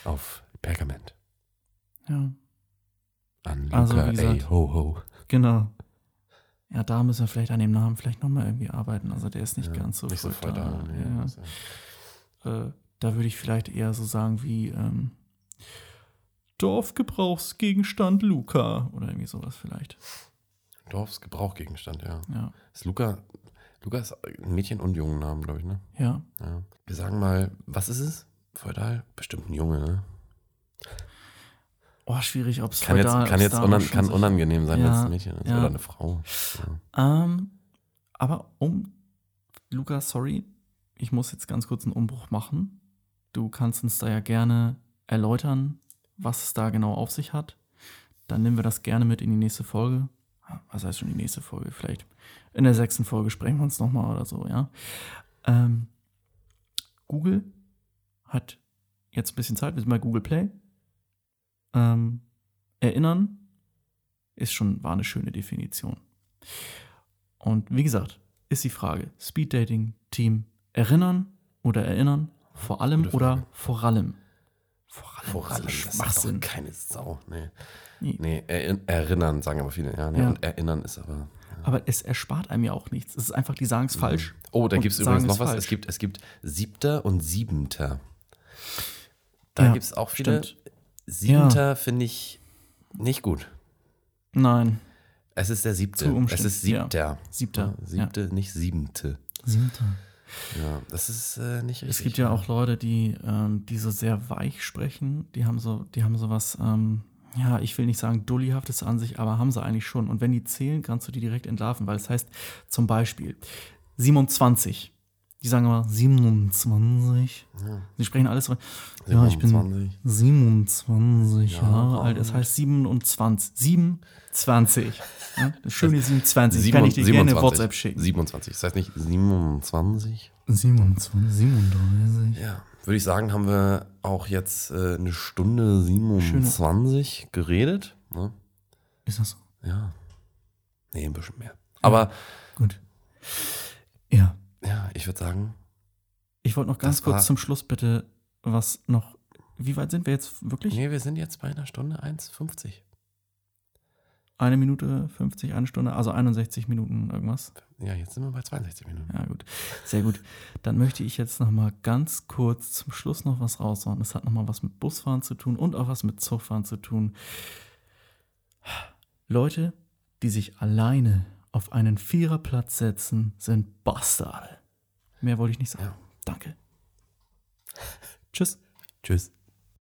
Speaker 2: Auf Pergament.
Speaker 1: Ja,
Speaker 2: An Luca
Speaker 1: Also, wie
Speaker 2: A.
Speaker 1: gesagt-
Speaker 2: Ho Ho.
Speaker 1: genau. Ja, da müssen wir vielleicht an dem Namen vielleicht nochmal irgendwie arbeiten. Also der ist nicht
Speaker 2: Ja,
Speaker 1: ganz so
Speaker 2: nicht so voll da.
Speaker 1: feudal.
Speaker 2: nee,
Speaker 1: Ja.
Speaker 2: das, äh,
Speaker 1: Äh, da würde ich vielleicht eher so sagen wie ähm, Dorfgebrauchsgegenstand Luca oder irgendwie sowas vielleicht.
Speaker 2: Dorfs Gebrauchgegenstand, ja.
Speaker 1: Ja.
Speaker 2: Ist Luca, Luca ist ein Mädchen- und Jungennamen, glaube ich, ne?
Speaker 1: Ja.
Speaker 2: Ja. Wir sagen mal, was ist es? Feudal? Bestimmt ein Junge, ne?
Speaker 1: Oh, schwierig, ob es
Speaker 2: Kann jetzt, kann jetzt unan, kann unangenehm sein, wenn es
Speaker 1: Ja,
Speaker 2: ein Mädchen ist
Speaker 1: ja.
Speaker 2: oder eine Frau. Ja.
Speaker 1: Ähm, aber um, Luca, sorry, ich muss jetzt ganz kurz einen Umbruch machen. Du kannst uns da ja gerne erläutern, was es da genau auf sich hat. Dann nehmen wir das gerne mit in die nächste Folge. Ah, Was heißt schon die nächste Folge? Vielleicht in der sechsten Folge sprechen wir uns nochmal oder so, ja. Ähm, Google hat jetzt ein bisschen Zeit, wir sind bei Google Play. Ähm, erinnern ist schon, war eine schöne Definition. Und wie gesagt, ist die Frage: Speeddating, Team, erinnern oder erinnern? Vor allem
Speaker 2: Gute Frage.
Speaker 1: oder vor allem? Vor allem.
Speaker 2: Vor allem,
Speaker 1: so
Speaker 2: das ist
Speaker 1: Schwachsinn.
Speaker 2: doch keine Sau. Nee,
Speaker 1: Nee.
Speaker 2: nee erin- erinnern, sagen aber viele. Ja, nee,
Speaker 1: Ja.
Speaker 2: Und erinnern ist aber.
Speaker 1: Aber es erspart einem ja auch nichts. Es ist einfach, die sagen es falsch.
Speaker 2: Oh, da
Speaker 1: und
Speaker 2: gibt es
Speaker 1: sagen
Speaker 2: übrigens noch was.
Speaker 1: falsch.
Speaker 2: Es gibt, es gibt Siebter und Siebenter. Da
Speaker 1: Ja,
Speaker 2: gibt es auch viele.
Speaker 1: stimmt.
Speaker 2: Siebter finde ich nicht gut.
Speaker 1: Nein,
Speaker 2: Es ist der siebte.
Speaker 1: Zu umständlich,
Speaker 2: es ist siebter.
Speaker 1: siebter. Ja.
Speaker 2: Siebte, nicht siebente.
Speaker 1: Siebter.
Speaker 2: Ja, das ist äh, nicht richtig.
Speaker 1: Es gibt ja auch Leute, die, ähm, die so sehr weich sprechen. Die haben so, die haben so was, ähm, ja, ich will nicht sagen dullihaftes an sich, aber haben sie eigentlich schon. Und wenn die zählen, kannst du die direkt entlarven, weil es heißt zum Beispiel 27. Die sagen immer 27. Sie sprechen alles so. Ja, ich bin
Speaker 2: 27.
Speaker 1: 27
Speaker 2: Ja,
Speaker 1: Jahre alt. Es
Speaker 2: Abend.
Speaker 1: heißt 27. 27. Ja, das schöne 27. Kann ich dir gerne eine WhatsApp schicken.
Speaker 2: 27. Das heißt nicht 27.
Speaker 1: 27, 37.
Speaker 2: Ja. Würde ich sagen, haben wir auch jetzt äh, eine Stunde 27 geredet. Ne?
Speaker 1: Ist das so?
Speaker 2: Ja. Nee, ein bisschen mehr. Aber
Speaker 1: Gut. Ja.
Speaker 2: ja, ich würde sagen,
Speaker 1: Ich wollte noch ganz
Speaker 2: Das
Speaker 1: kurz
Speaker 2: war-
Speaker 1: zum Schluss bitte was noch. Wie weit sind wir jetzt wirklich?
Speaker 2: nee, wir sind jetzt bei einer Stunde 1,50.
Speaker 1: Eine Minute 50, eine Stunde, also 61 Minuten irgendwas.
Speaker 2: Ja, jetzt sind wir bei 62 Minuten.
Speaker 1: Ja, gut. Sehr gut. Dann möchte ich jetzt noch mal ganz kurz zum Schluss noch was raushauen. Das hat noch mal was mit Busfahren zu tun und auch was mit Zugfahren zu tun. Leute, die sich alleine auf einen Viererplatz setzen, sind Bastarde. Mehr wollte ich nicht sagen.
Speaker 2: Ja.
Speaker 1: Danke. Tschüss.
Speaker 2: Tschüss.